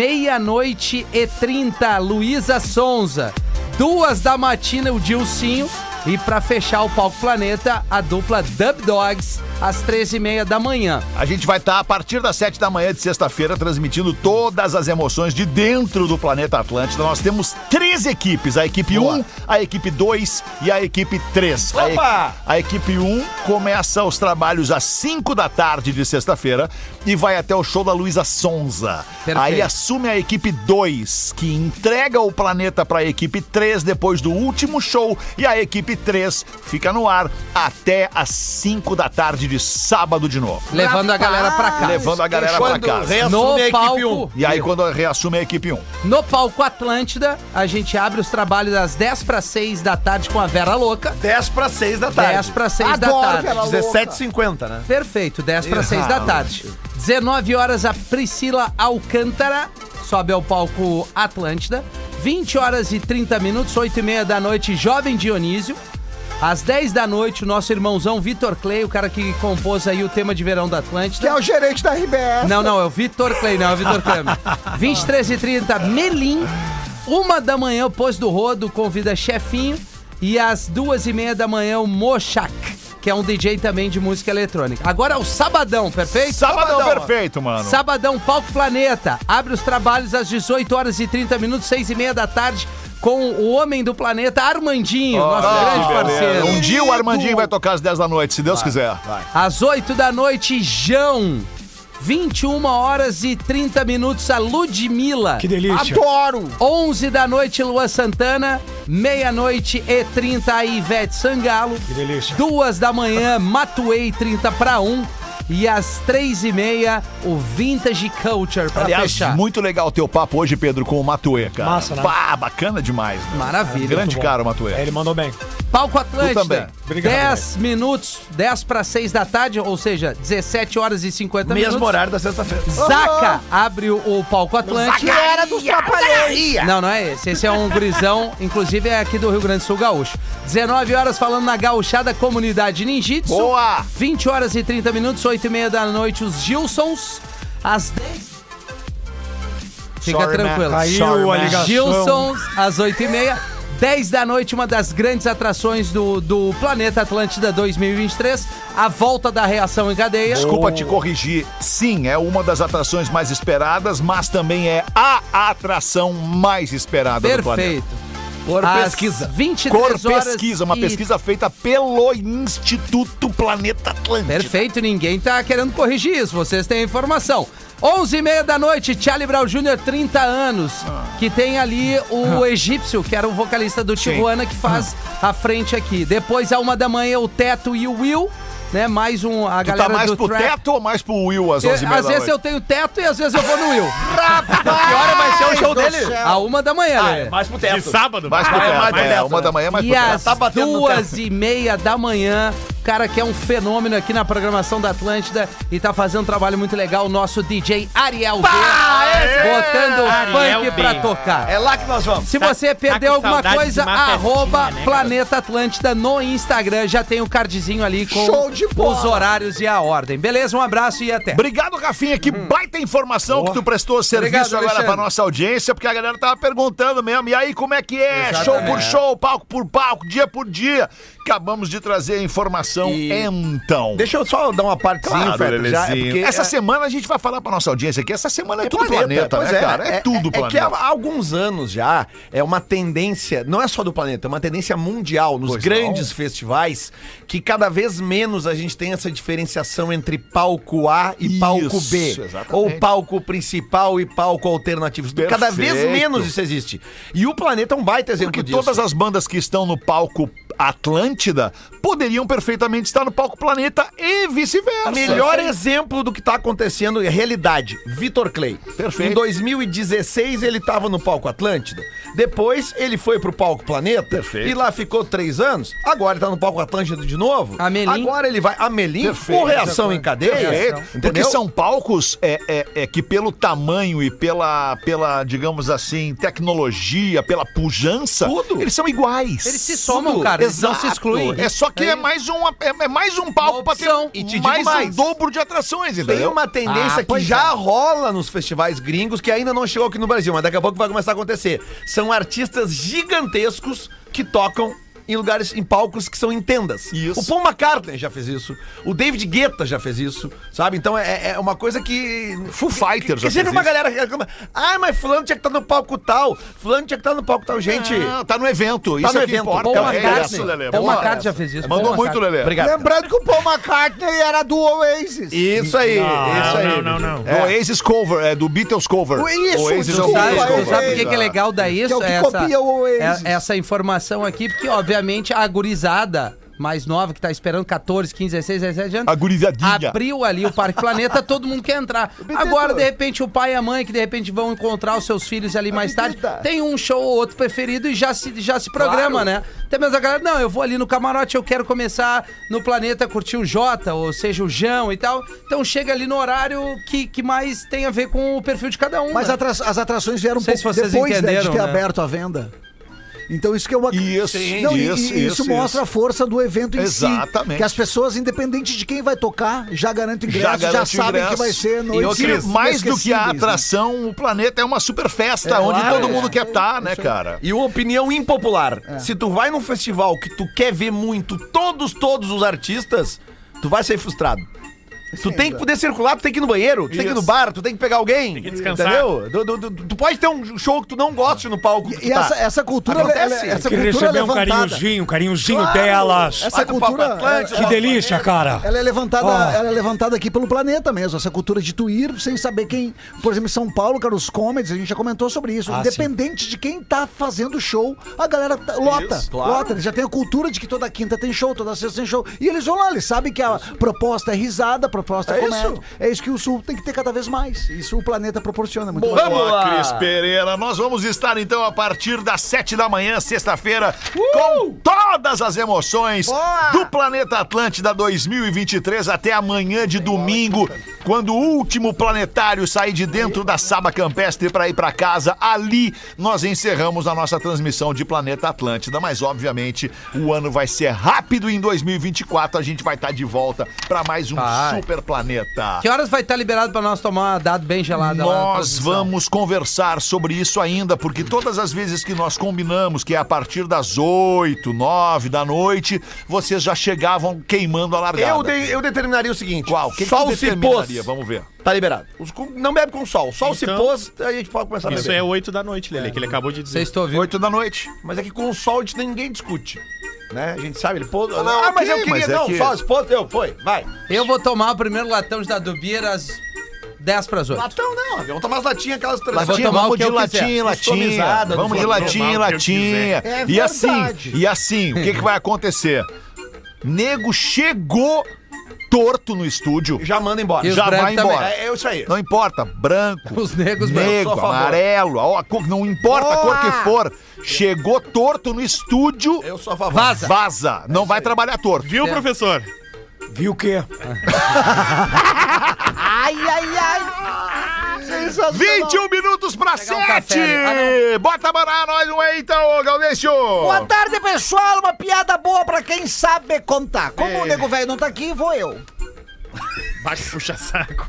[SPEAKER 4] Meia-noite e 30, Luísa Sonza. Duas da matina, o Dilcinho. E pra fechar o Palco Planeta, a dupla Dub Dogs, às 13h30 da manhã.
[SPEAKER 3] A gente vai estar a partir das 7 da manhã de sexta-feira transmitindo todas as emoções de dentro do planeta Atlântida. Nós temos três equipes: a equipe 1, a equipe 2 e a equipe 3. A,
[SPEAKER 7] Opa!
[SPEAKER 3] equi- a equipe 1 começa os trabalhos às 5 da tarde de sexta-feira e vai até o show da Luísa Sonza.
[SPEAKER 4] Perfeito.
[SPEAKER 3] Aí assume a equipe 2, que entrega o planeta para a equipe 3 depois do último show e a equipe 3 fica no ar até às 5 da tarde de sábado de novo.
[SPEAKER 4] Levando a galera pra cá.
[SPEAKER 3] Levando a galera pra
[SPEAKER 7] Quando
[SPEAKER 3] casa.
[SPEAKER 7] reassume
[SPEAKER 4] No
[SPEAKER 7] a equipe
[SPEAKER 4] palco.
[SPEAKER 7] um.
[SPEAKER 3] E aí, quando reassume a equipe 1.
[SPEAKER 4] No palco Atlântida, a gente abre os trabalhos às 10 para 6 da tarde com a Vera Louca.
[SPEAKER 7] 10 para 6 da tarde.
[SPEAKER 4] 10 para 6 da
[SPEAKER 8] Adoro
[SPEAKER 4] tarde.
[SPEAKER 8] Vera Louca.
[SPEAKER 7] 17h50, né?
[SPEAKER 4] Perfeito, 10 para 6 da tarde. 19 horas a Priscila Alcântara sobe ao palco Atlântida. 20 horas e 30 minutos, 8 e meia da noite, Jovem Dionísio. Às 10 da noite, o nosso irmãozão Vitor Clay, o cara que compôs aí o tema de verão da Atlântida.
[SPEAKER 8] Que é o gerente da RBS.
[SPEAKER 4] Não, não, é o Vitor Clay, não, é o Vitor Kramer. 23 e 30 Melim. Uma da manhã, o Pôs do Rodo convida Chefinho. E às duas e meia da manhã, o Mochak, que é um DJ também de música eletrônica. Agora é o Sabadão, perfeito?
[SPEAKER 3] Sabadão, é perfeito, mano.
[SPEAKER 4] Sabadão, Palco Planeta. Abre os trabalhos às 18 horas e 30 minutos, 6 e meia da tarde, com o homem do planeta, Armandinho, nosso grande parceiro.
[SPEAKER 3] Um dia o Armandinho vai tocar às 10 da noite, se Deus quiser.
[SPEAKER 4] Às 8 da noite, Jão. 21 horas e 30 minutos, a Ludmilla.
[SPEAKER 9] Que delícia.
[SPEAKER 7] Ah,
[SPEAKER 8] Adoro!
[SPEAKER 4] 11 da noite, Luan Santana. Meia-noite e 30, a Ivete Sangalo.
[SPEAKER 9] Que delícia.
[SPEAKER 4] Duas da manhã, Matuei 30 para 1. E às três e meia, o Vintage Culture pra
[SPEAKER 3] Aliás,
[SPEAKER 4] fechar.
[SPEAKER 3] muito legal o teu papo hoje, Pedro, com o Matuê, cara.
[SPEAKER 9] Massa, né?
[SPEAKER 3] Pá, bacana demais. né?
[SPEAKER 4] Maravilha.
[SPEAKER 3] Grande
[SPEAKER 9] bom.
[SPEAKER 3] cara o Matuê.
[SPEAKER 9] É, ele mandou bem.
[SPEAKER 4] Palco
[SPEAKER 3] Tu também.
[SPEAKER 4] Atlântida.
[SPEAKER 9] Obrigado,
[SPEAKER 4] 10 minutos, 10 para 6 da tarde, ou seja, 17 horas e 50
[SPEAKER 7] Mesmo
[SPEAKER 4] minutos.
[SPEAKER 7] horário da sexta-feira.
[SPEAKER 4] Zaca abre o, o palco Atlântida.
[SPEAKER 8] Era dos trapalhões!
[SPEAKER 4] Não, não é esse. Esse é um gurizão, inclusive é aqui do Rio Grande do Sul Gaúcho. 19 horas falando na gauchada comunidade ninjitsu.
[SPEAKER 3] Boa!
[SPEAKER 4] 20 horas e 30 minutos, 8 e meia da noite, os Gilsons. Às 10... Fica
[SPEAKER 3] Sorry,
[SPEAKER 4] tranquilo.
[SPEAKER 9] Caiu a ligação.
[SPEAKER 4] Gilsons, às 8 e meia. 10 da noite, uma das grandes atrações do, do Planeta Atlântida 2023. A volta da reação em cadeia.
[SPEAKER 3] Desculpa te corrigir. Sim, é uma das atrações mais esperadas, mas também é a atração mais esperada do planeta.
[SPEAKER 4] Perfeito.
[SPEAKER 7] Por
[SPEAKER 4] Às
[SPEAKER 7] pesquisa.
[SPEAKER 4] 23
[SPEAKER 3] Cor
[SPEAKER 4] horas
[SPEAKER 3] Pesquisa, uma
[SPEAKER 4] e-
[SPEAKER 3] pesquisa feita pelo Instituto Planeta Atlântico.
[SPEAKER 4] Perfeito, ninguém tá querendo corrigir isso, vocês têm a informação. 11 e meia da noite, Charlie Brown Jr., 30 anos,
[SPEAKER 3] Ah.
[SPEAKER 4] que tem ali o egípcio, que era o vocalista do Tijuana, que faz
[SPEAKER 3] Ah.
[SPEAKER 4] a frente aqui. Depois, à uma da manhã, o Teto e o Will, né? Mais um, a
[SPEAKER 3] Tu
[SPEAKER 4] galera
[SPEAKER 3] tá mais
[SPEAKER 4] do
[SPEAKER 3] pro
[SPEAKER 4] trap.
[SPEAKER 3] teto ou mais pro Will às
[SPEAKER 4] Eu-
[SPEAKER 3] 11 h
[SPEAKER 4] às vezes eu tenho teto e às vezes eu vou no Will.
[SPEAKER 7] Que hora vai ser o show dele?
[SPEAKER 3] É.
[SPEAKER 4] A uma da manhã,
[SPEAKER 3] Ah,
[SPEAKER 4] né?
[SPEAKER 7] Mais pro
[SPEAKER 6] De
[SPEAKER 7] teto.
[SPEAKER 6] sábado.
[SPEAKER 3] Mais pro
[SPEAKER 7] Ah, é mais
[SPEAKER 3] teto,
[SPEAKER 7] pro
[SPEAKER 3] é,
[SPEAKER 7] teto,
[SPEAKER 3] uma
[SPEAKER 7] né?
[SPEAKER 3] da manhã é mais
[SPEAKER 4] E
[SPEAKER 3] pro teto.
[SPEAKER 4] às
[SPEAKER 7] Tá batendo no
[SPEAKER 4] duas e meia da manhã, o cara que é um fenômeno aqui na programação da Atlântida e tá fazendo um trabalho muito legal, o nosso DJ Ariel D, botando o
[SPEAKER 6] Ariel
[SPEAKER 4] funk
[SPEAKER 6] D.
[SPEAKER 4] pra tocar.
[SPEAKER 7] É lá que nós vamos.
[SPEAKER 4] Se você perdeu
[SPEAKER 6] com
[SPEAKER 4] alguma
[SPEAKER 6] saudade de
[SPEAKER 4] coisa,
[SPEAKER 6] uma festinha,
[SPEAKER 4] arroba
[SPEAKER 6] né, garoto?
[SPEAKER 4] Planeta Atlântida no Instagram. Já tem o cardzinho ali com
[SPEAKER 8] Show de bola.
[SPEAKER 4] os horários e a ordem. Beleza? Um abraço e até.
[SPEAKER 3] Obrigado, Rafinha, que
[SPEAKER 7] Uhum.
[SPEAKER 3] baita informação que tu prestou serviço
[SPEAKER 4] Obrigado,
[SPEAKER 3] agora pra
[SPEAKER 4] Alexandre.
[SPEAKER 3] nossa audiência, porque a galera tava perguntando mesmo, e aí como é que é, show por show, palco por palco, dia por dia, acabamos de trazer a informação,
[SPEAKER 7] E-
[SPEAKER 3] então.
[SPEAKER 7] Deixa eu só dar uma partezinha,
[SPEAKER 3] Claro,
[SPEAKER 7] Feta, já, é
[SPEAKER 3] Lelezinho.
[SPEAKER 7] porque
[SPEAKER 3] Essa
[SPEAKER 7] é-
[SPEAKER 3] semana a gente vai falar pra nossa audiência aqui. Essa semana é, tudo
[SPEAKER 7] planeta,
[SPEAKER 3] planeta,
[SPEAKER 7] pois
[SPEAKER 3] né, cara? É, tudo
[SPEAKER 7] É que
[SPEAKER 3] planeta.
[SPEAKER 7] há há alguns anos já é uma tendência, não é só do planeta, é uma tendência mundial nos grandes festivais que cada vez menos a gente tem essa diferenciação entre palco A e
[SPEAKER 3] Isso,
[SPEAKER 7] palco B,
[SPEAKER 3] exatamente.
[SPEAKER 7] ou palco principal e palco alternativo. Cada vez
[SPEAKER 3] Perfeito.
[SPEAKER 7] menos isso existe. E o planeta é um baita exemplo
[SPEAKER 3] Porque
[SPEAKER 7] disso.
[SPEAKER 3] todas as bandas que estão no palco Atlântida poderiam perfeitamente estar no palco Planeta e vice-versa.
[SPEAKER 7] Melhor exemplo do que tá acontecendo é realidade. Vitor Clay.
[SPEAKER 3] Perfeito.
[SPEAKER 7] Em 2016 ele tava no palco Atlântida. Depois ele foi pro palco Planeta.
[SPEAKER 3] Perfeito.
[SPEAKER 7] E lá ficou três anos. Agora ele tá no palco Atlântida de novo.
[SPEAKER 4] Amelim.
[SPEAKER 7] Agora ele vai. Amelim
[SPEAKER 3] Perfeito.
[SPEAKER 7] por reação em cadeia.
[SPEAKER 3] Perfeito. Porque
[SPEAKER 7] Entendeu?
[SPEAKER 3] são palcos é, é, é que pelo tamanho e pela, pela, digamos assim, tecnologia, pela pujança,
[SPEAKER 7] Tudo.
[SPEAKER 3] eles são iguais.
[SPEAKER 4] Eles se somam, cara, eles não se excluem.
[SPEAKER 3] É só que é,
[SPEAKER 4] É.
[SPEAKER 3] mais uma, é, é mais um palco
[SPEAKER 4] Uma
[SPEAKER 3] pra ter
[SPEAKER 4] opção.
[SPEAKER 7] E te digo
[SPEAKER 3] mais, um
[SPEAKER 7] mais.
[SPEAKER 3] dobro de atrações,
[SPEAKER 7] Tem
[SPEAKER 3] entendeu?
[SPEAKER 7] uma tendência
[SPEAKER 8] Ah,
[SPEAKER 7] que
[SPEAKER 8] pois
[SPEAKER 7] já
[SPEAKER 8] é.
[SPEAKER 7] rola nos festivais gringos que ainda não chegou aqui no Brasil, mas daqui a pouco vai começar a acontecer. São artistas gigantescos que tocam em lugares, em palcos que são em tendas.
[SPEAKER 3] Isso.
[SPEAKER 7] O Paul McCartney já fez isso. O David Guetta já fez isso, sabe? Então é, é uma coisa que...
[SPEAKER 3] Foo Fighters
[SPEAKER 7] Que,
[SPEAKER 3] já
[SPEAKER 7] que sempre
[SPEAKER 3] fez
[SPEAKER 7] uma
[SPEAKER 3] isso.
[SPEAKER 7] galera que reclama. Ah, mas fulano tinha que estar no palco tal. Fulano tinha que estar no palco tal. Gente...
[SPEAKER 3] Ah, tá no evento.
[SPEAKER 7] Tá
[SPEAKER 3] isso
[SPEAKER 7] no
[SPEAKER 3] é que
[SPEAKER 7] evento.
[SPEAKER 3] importa.
[SPEAKER 4] Paul
[SPEAKER 3] É
[SPEAKER 4] McCartney.
[SPEAKER 3] isso, Lelê.
[SPEAKER 4] Paul
[SPEAKER 3] Boa.
[SPEAKER 4] McCartney já fez isso.
[SPEAKER 3] Mandou
[SPEAKER 4] Paul
[SPEAKER 3] muito,
[SPEAKER 4] McCartney.
[SPEAKER 3] Lelê.
[SPEAKER 7] Obrigado.
[SPEAKER 8] Lembrando que o Paul McCartney era do Oasis.
[SPEAKER 7] Isso aí, isso aí.
[SPEAKER 6] é, não, não, não.
[SPEAKER 3] Do Oasis Cover, é do Beatles Cover.
[SPEAKER 8] O- isso,
[SPEAKER 3] Oasis é o
[SPEAKER 4] Tu
[SPEAKER 8] desculpa,
[SPEAKER 4] sabe,
[SPEAKER 3] Beatles
[SPEAKER 8] Oasis.
[SPEAKER 4] tu
[SPEAKER 3] Cover.
[SPEAKER 4] sabe o que, que é legal da
[SPEAKER 8] Que é
[SPEAKER 4] isso?
[SPEAKER 8] o que copia o Oasis.
[SPEAKER 4] é- essa informação aqui, porque obviamente a gurizada mais nova que tá esperando 14, 15, 16, 17 anos.
[SPEAKER 3] A gurizadinha.
[SPEAKER 4] Abriu ali o Parque Planeta, todo mundo quer entrar. Agora, de repente, o pai e a mãe, que de repente vão encontrar os seus filhos ali mais tarde, tem um show ou outro preferido e já se, já se programa, né? Tem mesmo a galera, não, eu vou ali no camarote, eu quero começar no Planeta curtir o Jota, ou seja, o Jão e tal. Então chega ali no horário que, que mais tem a ver com o perfil de cada um.
[SPEAKER 8] Mas
[SPEAKER 4] né?
[SPEAKER 8] atra- as atrações vieram um
[SPEAKER 4] Não sei se
[SPEAKER 8] pouco
[SPEAKER 4] vocês
[SPEAKER 8] depois né, de
[SPEAKER 4] entenderam,
[SPEAKER 8] ter
[SPEAKER 4] né?
[SPEAKER 8] aberto a venda. Então isso que é uma...
[SPEAKER 3] Isso,
[SPEAKER 8] Não, e- e-
[SPEAKER 3] isso,
[SPEAKER 8] isso,
[SPEAKER 3] isso, isso.
[SPEAKER 8] mostra a força do evento em
[SPEAKER 3] Exatamente.
[SPEAKER 8] si. Que as pessoas, independente de quem vai tocar, já garantem ingresso, já,
[SPEAKER 3] garante o
[SPEAKER 8] sabem
[SPEAKER 3] ingresso.
[SPEAKER 8] que vai ser
[SPEAKER 3] E ô,
[SPEAKER 8] noite.
[SPEAKER 3] Cris, mais do que a
[SPEAKER 8] inesquecíveis, né?
[SPEAKER 3] atração, o planeta é uma super festa onde
[SPEAKER 7] claro,
[SPEAKER 3] todo
[SPEAKER 7] é.
[SPEAKER 3] mundo quer estar, né, cara?
[SPEAKER 7] E uma opinião impopular.
[SPEAKER 3] É.
[SPEAKER 7] Se tu vai num festival que tu quer ver muito todos, todos os artistas, tu vai ser frustrado. Tu tem que poder circular, tu tem que ir no banheiro, tu tem que ir no
[SPEAKER 3] Isso.
[SPEAKER 7] bar, tu tem que pegar alguém.
[SPEAKER 6] que descansar.
[SPEAKER 7] Entendeu? Tu, tu- tu- tu pode ter um show que tu não goste no palco. que
[SPEAKER 8] E
[SPEAKER 7] tu tá.
[SPEAKER 8] essa, essa cultura, é,
[SPEAKER 7] Acontece.
[SPEAKER 8] ela- essa
[SPEAKER 9] Que
[SPEAKER 8] cultura
[SPEAKER 9] receber um
[SPEAKER 8] levantada.
[SPEAKER 9] carinhozinho, um carinhozinho
[SPEAKER 7] Claro. é
[SPEAKER 9] delas.
[SPEAKER 8] Essa
[SPEAKER 7] Vai no palco
[SPEAKER 8] cultura- é,
[SPEAKER 7] Atlântico,
[SPEAKER 3] é,
[SPEAKER 9] Que
[SPEAKER 7] palco
[SPEAKER 9] delícia, cara.
[SPEAKER 8] Ela é levantada,
[SPEAKER 9] Ó.
[SPEAKER 8] ela é levantada aqui pelo planeta mesmo, essa cultura de tu ir sem saber quem, por exemplo, em São Paulo, cara, os comedies, a gente já comentou sobre isso,
[SPEAKER 9] Ah,
[SPEAKER 8] independente de quem tá fazendo show, a galera tá- lota,
[SPEAKER 7] claro.
[SPEAKER 8] lota, eles já tem a cultura de que toda quinta tem show, toda sexta tem show, e eles vão lá, eles sabem que a proposta é risada, a proposta é,
[SPEAKER 7] É
[SPEAKER 8] comédia,
[SPEAKER 7] isso.
[SPEAKER 8] é isso que o Sul tem que ter cada vez mais, isso o planeta proporciona é muito mais.
[SPEAKER 7] Vamos lá.
[SPEAKER 3] Cris Pereira, nós vamos estar então a partir das sete da manhã, sexta-feira, com todas as emoções do Planeta Atlântida 2023 até amanhã de domingo, quando o último planetário sair de dentro da Saba Campestre para ir para casa. Ali nós encerramos a nossa transmissão de Planeta Atlântida, mas obviamente o ano vai ser rápido e em 2024 a gente vai estar de volta para mais um
[SPEAKER 4] Vai.
[SPEAKER 3] super planeta.
[SPEAKER 4] Que horas vai estar liberado pra nós tomar dado bem gelado? lá na
[SPEAKER 3] Nós
[SPEAKER 4] transmissão?
[SPEAKER 3] vamos conversar sobre isso ainda, porque todas as vezes que nós combinamos, que é a partir das 8, 9 da noite, vocês já chegavam queimando a largada.
[SPEAKER 7] Eu, de- eu determinaria o seguinte:
[SPEAKER 3] Qual? O que que
[SPEAKER 7] sol
[SPEAKER 3] tu
[SPEAKER 7] se pôs.
[SPEAKER 3] determinaria? Vamos ver.
[SPEAKER 7] Tá liberado. Os cu- não bebe com sol. Sol se
[SPEAKER 6] Então-
[SPEAKER 7] pôs, a gente pode começar a
[SPEAKER 6] Isso
[SPEAKER 7] beber.
[SPEAKER 6] é 8 da noite, Lele, que ele acabou de dizer.
[SPEAKER 4] Vocês estão ouvindo?
[SPEAKER 3] 8 da noite.
[SPEAKER 7] Mas é que com o sol a gente- ninguém discute. Né? A gente sabe, ele pôs. Ah,
[SPEAKER 3] não,
[SPEAKER 7] mas
[SPEAKER 3] ok,
[SPEAKER 7] eu queria.
[SPEAKER 3] mas é
[SPEAKER 7] não,
[SPEAKER 3] que-
[SPEAKER 7] sol se pôs, eu, foi, vai.
[SPEAKER 4] Eu vou tomar o primeiro latão de dado Bira às 10 pras
[SPEAKER 3] Tá.
[SPEAKER 4] 8.
[SPEAKER 7] Latão não, vamos tomar as latinhas, aquelas três.
[SPEAKER 4] Mas vou
[SPEAKER 3] Latinha,
[SPEAKER 4] tomar o
[SPEAKER 3] vamos
[SPEAKER 4] que
[SPEAKER 3] de
[SPEAKER 4] eu quiser.
[SPEAKER 3] latinha, latinha.
[SPEAKER 7] Customizada do
[SPEAKER 3] Vamos de
[SPEAKER 7] Flamengo.
[SPEAKER 3] latinha,
[SPEAKER 6] Tomar o que eu
[SPEAKER 3] latinha.
[SPEAKER 8] quiser. É
[SPEAKER 3] E assim,
[SPEAKER 8] verdade.
[SPEAKER 3] e assim, o que, que vai acontecer? Nego chegou torto no estúdio.
[SPEAKER 7] Já manda embora.
[SPEAKER 4] E os
[SPEAKER 3] Já
[SPEAKER 4] brancos
[SPEAKER 3] vai
[SPEAKER 4] também.
[SPEAKER 3] embora.
[SPEAKER 7] É, é isso aí.
[SPEAKER 3] Não importa, branco,
[SPEAKER 4] Os negros
[SPEAKER 3] negro,
[SPEAKER 7] brancos, só a favor.
[SPEAKER 3] amarelo, a- a cor- não importa a cor que for, chegou torto no estúdio,
[SPEAKER 7] Eu sou a favor.
[SPEAKER 4] Vaza.
[SPEAKER 3] vaza, não vai trabalhar torto.
[SPEAKER 6] Viu, professor?
[SPEAKER 7] É
[SPEAKER 9] Viu o quê?
[SPEAKER 3] 21 minutos pra
[SPEAKER 4] Ah, Pegar um
[SPEAKER 3] 7!
[SPEAKER 4] café ali.
[SPEAKER 3] Bota para nós um aí então, Gaudêncio!
[SPEAKER 8] Boa tarde, pessoal. Uma piada boa pra quem sabe contar. Como o nego velho não tá aqui, vou eu.
[SPEAKER 6] Bate puxa saco.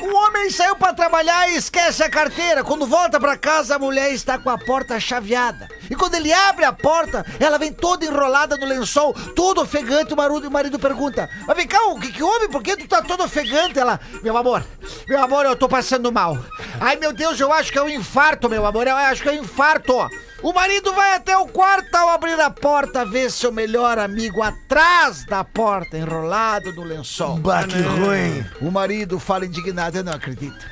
[SPEAKER 8] O Um homem saiu pra trabalhar e esquece a carteira. Quando volta pra casa, a mulher está com a porta chaveada. E quando ele abre a porta, ela vem toda enrolada no lençol, todo ofegante. O marido, o marido pergunta: Mas vem cá, o que, que houve? Por que tu tá todo ofegante? Ela: Meu amor, meu amor, eu tô passando mal. Ai meu Deus, eu acho que é um infarto, meu amor, eu acho que é um infarto. O marido vai até o quarto ao abrir a porta, vê seu melhor amigo atrás da porta, enrolado no lençol.
[SPEAKER 7] Bah, que ruim.
[SPEAKER 8] O marido fala indignado, eu não acredito.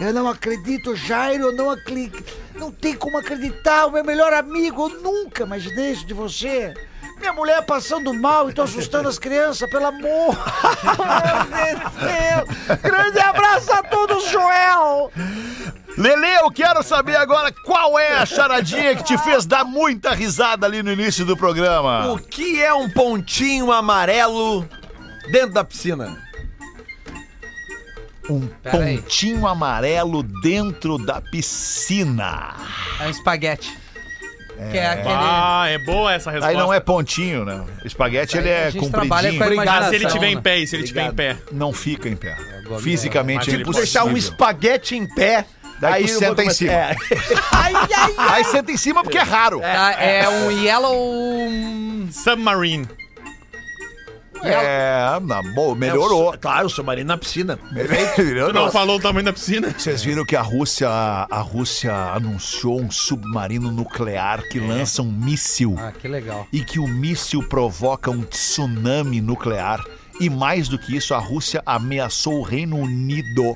[SPEAKER 8] Eu não acredito, Jairo, eu não acredito. Não tem como acreditar, o meu melhor amigo, eu nunca imaginei isso de você. Minha mulher passando mal e tô assustando as crianças, pelo amor. Meu Deus. Grande abraço a todos, Joel.
[SPEAKER 3] Lele, eu quero saber agora qual é a charadinha que te fez dar muita risada ali no início do programa.
[SPEAKER 7] O que é um pontinho amarelo dentro da piscina?
[SPEAKER 3] Um
[SPEAKER 4] Peraí.
[SPEAKER 3] pontinho amarelo dentro da piscina.
[SPEAKER 4] É um espaguete. Que é aquele.
[SPEAKER 6] Ah, é boa essa resposta.
[SPEAKER 3] Aí não é pontinho, né? Espaguete ele
[SPEAKER 4] a
[SPEAKER 3] é
[SPEAKER 4] gente trabalha com a
[SPEAKER 3] compridinho.
[SPEAKER 6] Ah, se ele
[SPEAKER 4] imaginação,
[SPEAKER 6] tiver em
[SPEAKER 4] né?
[SPEAKER 6] pé, e se ele tiver em pé.
[SPEAKER 3] Não fica em pé.
[SPEAKER 4] agora-
[SPEAKER 3] Fisicamente
[SPEAKER 6] Mas
[SPEAKER 3] é
[SPEAKER 6] ele
[SPEAKER 3] impossível.
[SPEAKER 6] pode
[SPEAKER 7] Deixar um espaguete em pé.
[SPEAKER 3] Daí tu
[SPEAKER 7] eu
[SPEAKER 3] senta
[SPEAKER 7] vou
[SPEAKER 3] em
[SPEAKER 7] começar-
[SPEAKER 3] cima.
[SPEAKER 7] É.
[SPEAKER 8] Ai, ai, ai.
[SPEAKER 3] Aí senta em cima porque é raro.
[SPEAKER 4] Tá, é um yellow.
[SPEAKER 6] Submarine.
[SPEAKER 3] É, na boa, melhorou.
[SPEAKER 7] É o- Claro, eu sou marino na piscina.
[SPEAKER 6] Tu não
[SPEAKER 3] Melhorou.
[SPEAKER 6] falou o tamanho da piscina?
[SPEAKER 3] Vocês viram que a Rússia, a Rússia anunciou um submarino nuclear que lança um míssil
[SPEAKER 4] Ah, que legal.
[SPEAKER 3] e que o míssil provoca um tsunami nuclear. E mais do que isso, a Rússia ameaçou o Reino Unido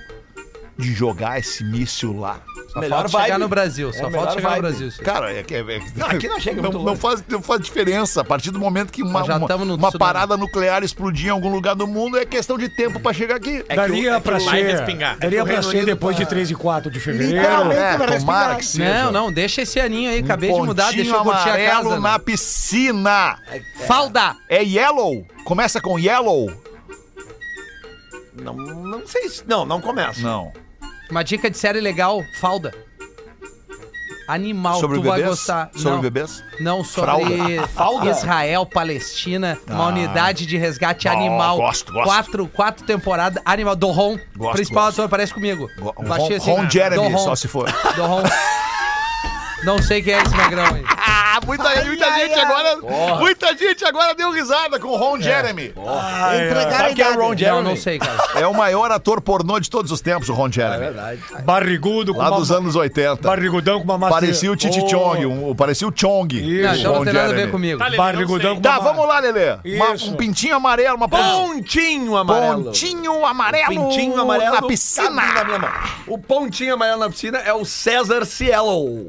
[SPEAKER 3] de jogar esse míssil lá.
[SPEAKER 4] Só
[SPEAKER 7] Melhor
[SPEAKER 4] falta chegar
[SPEAKER 7] vibe.
[SPEAKER 4] no Brasil. Só
[SPEAKER 7] É,
[SPEAKER 4] falta
[SPEAKER 7] melhor
[SPEAKER 4] chegar
[SPEAKER 7] vibe.
[SPEAKER 4] no Brasil. isso aí.
[SPEAKER 3] Cara, é, que- é- é-
[SPEAKER 7] aqui não chega muito
[SPEAKER 3] não,
[SPEAKER 7] longe.
[SPEAKER 3] faz, não faz diferença. A partir do momento que uma,
[SPEAKER 4] Nós já
[SPEAKER 3] uma,
[SPEAKER 4] tamo no
[SPEAKER 3] uma
[SPEAKER 4] tsunami.
[SPEAKER 3] parada nuclear explodir em algum lugar do mundo é questão de tempo pra chegar aqui.
[SPEAKER 7] É que o-
[SPEAKER 9] Daria
[SPEAKER 7] é que
[SPEAKER 9] pra
[SPEAKER 7] o-
[SPEAKER 6] vai
[SPEAKER 9] ser.
[SPEAKER 6] respingar.
[SPEAKER 7] É que
[SPEAKER 9] Daria
[SPEAKER 7] o
[SPEAKER 9] pra
[SPEAKER 7] Reino
[SPEAKER 9] ser
[SPEAKER 7] Unido
[SPEAKER 9] depois de 3 e 4 de fevereiro.
[SPEAKER 8] Literalmente.
[SPEAKER 3] É,
[SPEAKER 8] vai
[SPEAKER 3] tomara
[SPEAKER 8] respirar.
[SPEAKER 3] que seja. Um
[SPEAKER 4] Não, não, deixa esse aninho aí. Né? Acabei de mudar,
[SPEAKER 3] Pontinho
[SPEAKER 4] deixa eu curtir a
[SPEAKER 3] amarelo
[SPEAKER 4] casa.
[SPEAKER 3] na
[SPEAKER 4] né?
[SPEAKER 3] piscina.
[SPEAKER 4] Falda!
[SPEAKER 3] É yellow. Começa com yellow.
[SPEAKER 7] Não, não sei se. Não, não começa.
[SPEAKER 3] Não.
[SPEAKER 4] Uma dica de série legal, falda. Animal,
[SPEAKER 3] Sobre
[SPEAKER 4] tu vai
[SPEAKER 3] bebês?
[SPEAKER 4] gostar.
[SPEAKER 3] Sobre
[SPEAKER 4] não,
[SPEAKER 3] bebês?
[SPEAKER 4] Não, sobre Israel, Palestina, uma unidade de resgate animal.
[SPEAKER 3] Ah. gosto, gosto.
[SPEAKER 4] Quatro, quatro temporadas, animal, do Ron,
[SPEAKER 3] Gosto,
[SPEAKER 4] principal
[SPEAKER 3] gosto.
[SPEAKER 4] ator, parece comigo. assim,
[SPEAKER 3] Go-
[SPEAKER 4] Baixinho
[SPEAKER 3] Ron, Ron Jeremy,
[SPEAKER 4] Doron,
[SPEAKER 3] só se for.
[SPEAKER 4] Doron. Não sei quem é esse magrão aí.
[SPEAKER 3] Ah, muita, muita gente agora. Muita gente agora deu risada com o Ron Jeremy.
[SPEAKER 8] Entregaram a
[SPEAKER 7] Sabe quem é o
[SPEAKER 8] idade.
[SPEAKER 7] Ron
[SPEAKER 4] Não,
[SPEAKER 7] Jeremy?
[SPEAKER 4] não sei, cara.
[SPEAKER 3] É o maior ator pornô de todos os tempos, o Ron Jeremy.
[SPEAKER 9] Barrigudo com
[SPEAKER 3] Lá dos
[SPEAKER 9] uma...
[SPEAKER 3] anos 80.
[SPEAKER 9] Barrigudão com uma massa.
[SPEAKER 3] Parecia o Titi Chong, um- parecia o Chong.
[SPEAKER 4] Assim,
[SPEAKER 9] Isso.
[SPEAKER 4] Não, então
[SPEAKER 3] o
[SPEAKER 4] não tem nada a ver
[SPEAKER 3] Jeremy.
[SPEAKER 4] comigo.
[SPEAKER 6] Tá, Lelê, não
[SPEAKER 9] Barrigudão
[SPEAKER 6] sei.
[SPEAKER 9] com
[SPEAKER 3] Tá,
[SPEAKER 9] uma
[SPEAKER 3] vamos lá, Lelê. Uma-
[SPEAKER 9] Isso.
[SPEAKER 3] um pintinho amarelo, uma
[SPEAKER 7] Pontinho amarelo.
[SPEAKER 3] Pontinho amarelo.
[SPEAKER 4] Um
[SPEAKER 7] Pintinho amarelo
[SPEAKER 3] na piscina.
[SPEAKER 7] cabe na minha mão. O pontinho amarelo na piscina é o César Cielo.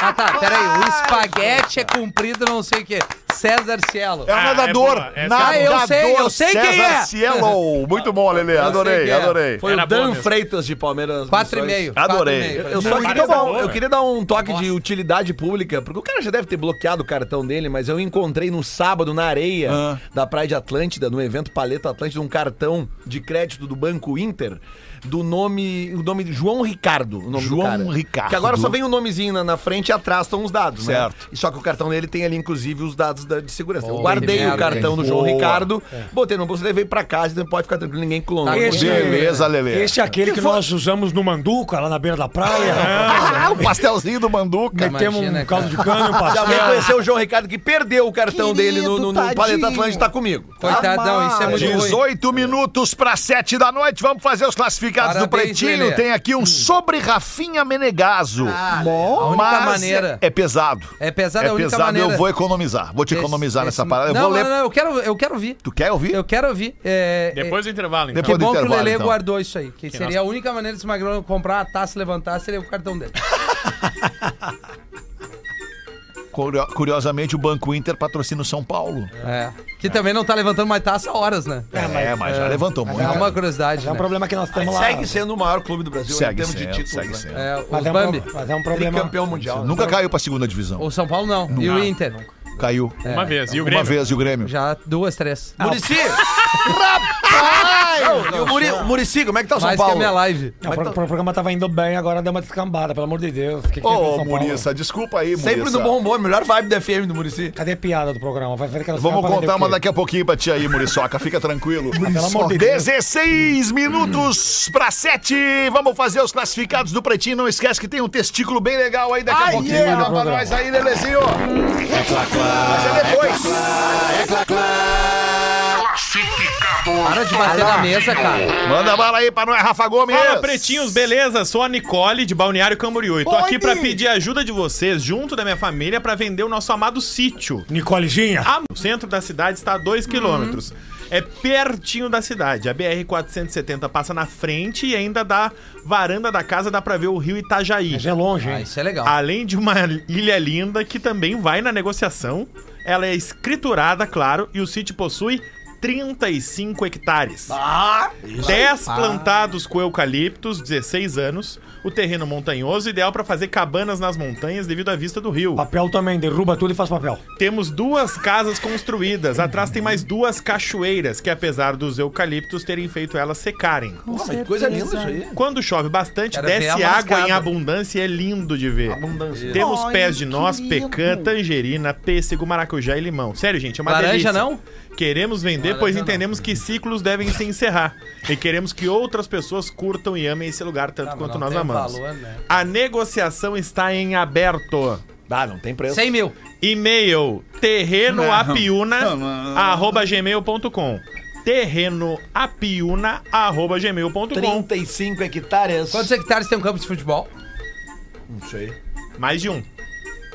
[SPEAKER 4] Ah, tá, peraí. O espaguete é comprido, não sei o quê. César Cielo.
[SPEAKER 3] É um
[SPEAKER 6] Ah,
[SPEAKER 3] nadador.
[SPEAKER 6] é boa. Essa é
[SPEAKER 3] nadador.
[SPEAKER 4] boa. Ah, eu sei, eu sei quem
[SPEAKER 3] César
[SPEAKER 4] é.
[SPEAKER 3] Cielo. Muito bom, Lelê.
[SPEAKER 4] sei
[SPEAKER 3] Adorei,
[SPEAKER 4] quem é.
[SPEAKER 3] adorei.
[SPEAKER 7] Foi
[SPEAKER 6] Era
[SPEAKER 7] o Dan
[SPEAKER 6] bom mesmo.
[SPEAKER 7] Freitas de Palmeiras. nas
[SPEAKER 4] Quatro e
[SPEAKER 7] missões.
[SPEAKER 4] meio.
[SPEAKER 3] Adorei.
[SPEAKER 4] quatro e meio,
[SPEAKER 7] Eu,
[SPEAKER 4] pra
[SPEAKER 7] eu
[SPEAKER 4] mim.
[SPEAKER 7] só
[SPEAKER 6] Parece
[SPEAKER 7] queria dar, um-
[SPEAKER 6] boa.
[SPEAKER 7] eu queria dar um toque de utilidade pública, porque o cara já deve ter bloqueado o cartão dele, mas eu encontrei no sábado na areia da Praia de Atlântida, no evento Paleta Atlântida, um cartão de crédito do Banco Inter do nome, o nome de João Ricardo, o nome do
[SPEAKER 3] João
[SPEAKER 7] cara.
[SPEAKER 3] Ricardo.
[SPEAKER 7] Que agora só vem o nomezinho na, na frente e atrás estão os dados, né?
[SPEAKER 3] Certo.
[SPEAKER 7] E só que o cartão dele tem ali inclusive os dados da- de segurança. eu
[SPEAKER 4] Boa,
[SPEAKER 7] guardei
[SPEAKER 4] que
[SPEAKER 7] o
[SPEAKER 4] merda,
[SPEAKER 7] cartão
[SPEAKER 3] hein?
[SPEAKER 7] do João
[SPEAKER 3] Boa.
[SPEAKER 7] Ricardo, botei no bolso, levei pra casa, então pode ficar tranquilo, ninguém clonou.
[SPEAKER 4] Tá
[SPEAKER 9] Esse,
[SPEAKER 3] Beleza, Lelê.
[SPEAKER 9] Esse é aquele que, nós usamos no Manduca, lá na beira da
[SPEAKER 4] é
[SPEAKER 9] praia.
[SPEAKER 3] Ah, o pastelzinho do Manduca.
[SPEAKER 9] Metemos
[SPEAKER 4] Imagina,
[SPEAKER 9] um caldo de
[SPEAKER 4] cara.
[SPEAKER 9] cano, um
[SPEAKER 7] Se
[SPEAKER 9] pastel.
[SPEAKER 7] alguém conheceu o João Ricardo que perdeu o cartão
[SPEAKER 8] Querido,
[SPEAKER 7] dele no, no, no
[SPEAKER 8] tadinho.
[SPEAKER 7] Paleta Atlântico, tá comigo.
[SPEAKER 4] Coitadão, isso é muito ruim.
[SPEAKER 3] 18 minutos para 7 da noite. Vamos fazer os classificados do
[SPEAKER 4] Parabéns,
[SPEAKER 3] Pretinho.
[SPEAKER 4] Lelê.
[SPEAKER 3] Tem aqui um sobre Rafinha Menegaso.
[SPEAKER 4] Ah, a única
[SPEAKER 3] mas
[SPEAKER 4] maneira.
[SPEAKER 3] é pesado.
[SPEAKER 4] É pesado, é a
[SPEAKER 3] é
[SPEAKER 4] única
[SPEAKER 3] pesado,
[SPEAKER 4] maneira.
[SPEAKER 3] eu vou economizar. Vou te
[SPEAKER 4] Esse-
[SPEAKER 3] economizar
[SPEAKER 4] esse-
[SPEAKER 3] nessa parada. Eu
[SPEAKER 4] não,
[SPEAKER 3] vou ler.
[SPEAKER 4] Não, não, eu quero, eu quero ouvir.
[SPEAKER 3] Tu quer ouvir?
[SPEAKER 4] Eu quero ouvir. É,
[SPEAKER 6] Depois do intervalo, então.
[SPEAKER 4] é, que
[SPEAKER 3] Depois do
[SPEAKER 4] bom que o
[SPEAKER 3] intervalo,
[SPEAKER 4] Lele
[SPEAKER 3] então.
[SPEAKER 4] guardou isso aí. Que seria a única maneira desse magrão comprar a taça, levantar, seria o cartão dele.
[SPEAKER 3] Curio- Curiosamente, o Banco Inter patrocina o São Paulo.
[SPEAKER 4] É. Que também não tá levantando mais taça há horas, né?
[SPEAKER 3] É, mas, já levantou muito.
[SPEAKER 4] É uma curiosidade.
[SPEAKER 9] É um
[SPEAKER 4] né?
[SPEAKER 9] problema que nós temos lá.
[SPEAKER 7] Segue sendo o maior clube do Brasil em
[SPEAKER 3] Segue
[SPEAKER 7] termos de
[SPEAKER 3] sendo,
[SPEAKER 7] títulos.
[SPEAKER 3] segue
[SPEAKER 7] né?
[SPEAKER 3] sendo.
[SPEAKER 4] É,
[SPEAKER 9] Mas
[SPEAKER 4] os
[SPEAKER 9] é um,
[SPEAKER 4] Bambi.
[SPEAKER 9] pro- mas é um problema.
[SPEAKER 7] Campeão mundial.
[SPEAKER 3] Nunca caiu pra segunda divisão.
[SPEAKER 4] O São Paulo não. E o Inter.
[SPEAKER 3] Caiu.
[SPEAKER 6] Uma vez. E o
[SPEAKER 3] Uma
[SPEAKER 6] Grêmio?
[SPEAKER 3] vez e o Grêmio.
[SPEAKER 4] Já duas, três.
[SPEAKER 3] Ah,
[SPEAKER 7] Murici! Rapaz! Murici, como é que tá o São
[SPEAKER 4] Mais que a
[SPEAKER 7] Paulo?
[SPEAKER 4] minha live.
[SPEAKER 9] Não, o pro- programa tava indo bem, agora deu uma descambada, pelo amor de Deus. O que que
[SPEAKER 3] Ô,
[SPEAKER 9] tem a ver com São Paulo?
[SPEAKER 3] Muriça, desculpa aí, Muriça.
[SPEAKER 7] Sempre no bom humor, melhor vibe da FM do Murici.
[SPEAKER 9] Cadê a piada do programa? Vai fazer aquela
[SPEAKER 3] Vamos contar uma
[SPEAKER 9] daqui.
[SPEAKER 3] daqui a pouquinho pra ti aí, Muriçoca. Fica tranquilo.
[SPEAKER 9] pelo amor de Deus.
[SPEAKER 3] 16 minutos pra 7. Vamos fazer os classificados do Pretinho. Não esquece que tem um testículo bem legal aí daqui a pouquinho.
[SPEAKER 9] yeah.
[SPEAKER 3] Dá pra nós aí, Lelezinho. Mas é depois.
[SPEAKER 4] Para
[SPEAKER 3] Ah,
[SPEAKER 4] de bater na mesa, cara.
[SPEAKER 3] Manda bala aí pra nós, Rafa Gomes.
[SPEAKER 6] Fala, pretinhos, beleza? Sou a Nicole de Balneário Camboriú e tô aqui pra pedir a ajuda de vocês, junto da minha família, pra vender o nosso amado sítio.
[SPEAKER 9] Nicolezinha.
[SPEAKER 6] Ah, o centro da cidade está a 2 quilômetros. É pertinho da cidade. A BR-470 passa na frente e ainda da varanda da casa dá pra ver o rio Itajaí.
[SPEAKER 9] Mas é longe,
[SPEAKER 4] Ah,
[SPEAKER 9] hein?
[SPEAKER 4] isso é legal.
[SPEAKER 6] Além de uma ilha linda que também vai na negociação. Ela é escriturada, claro, e o sítio possui 35 hectares. 10 plantados com eucaliptos, 16 anos. O terreno montanhoso, ideal para fazer cabanas nas montanhas devido à vista do rio.
[SPEAKER 9] Papel também, derruba tudo e faz papel.
[SPEAKER 6] Temos duas casas construídas. Atrás tem mais duas cachoeiras, que apesar dos eucaliptos terem feito elas secarem.
[SPEAKER 7] Nossa, que coisa linda isso aí.
[SPEAKER 6] Quando chove bastante,
[SPEAKER 4] Quero ver
[SPEAKER 6] desce
[SPEAKER 4] a
[SPEAKER 6] água
[SPEAKER 4] mascada.
[SPEAKER 6] em abundância e é lindo de ver. Temos pés de noz, pecã, tangerina, pêssego, maracujá e limão. Sério, gente, é uma
[SPEAKER 4] Laranja
[SPEAKER 6] delícia.
[SPEAKER 4] não?
[SPEAKER 6] Queremos vender,
[SPEAKER 4] Laranja
[SPEAKER 6] pois
[SPEAKER 4] não.
[SPEAKER 6] entendemos que ciclos devem se encerrar. e queremos que outras pessoas curtam e amem esse lugar tanto
[SPEAKER 4] Tá, mas
[SPEAKER 6] quanto
[SPEAKER 4] não
[SPEAKER 6] nós
[SPEAKER 4] tem
[SPEAKER 6] amamos.
[SPEAKER 4] valor, né?
[SPEAKER 6] A negociação está em aberto.
[SPEAKER 7] Ah, não tem preço.
[SPEAKER 4] 100 mil.
[SPEAKER 6] E-mail terrenoapiuna@gmail.com. Terrenoapiuna@gmail.com.
[SPEAKER 7] 35 hectares.
[SPEAKER 4] Quantos hectares tem um campo de futebol?
[SPEAKER 7] Não sei.
[SPEAKER 6] Mais de um.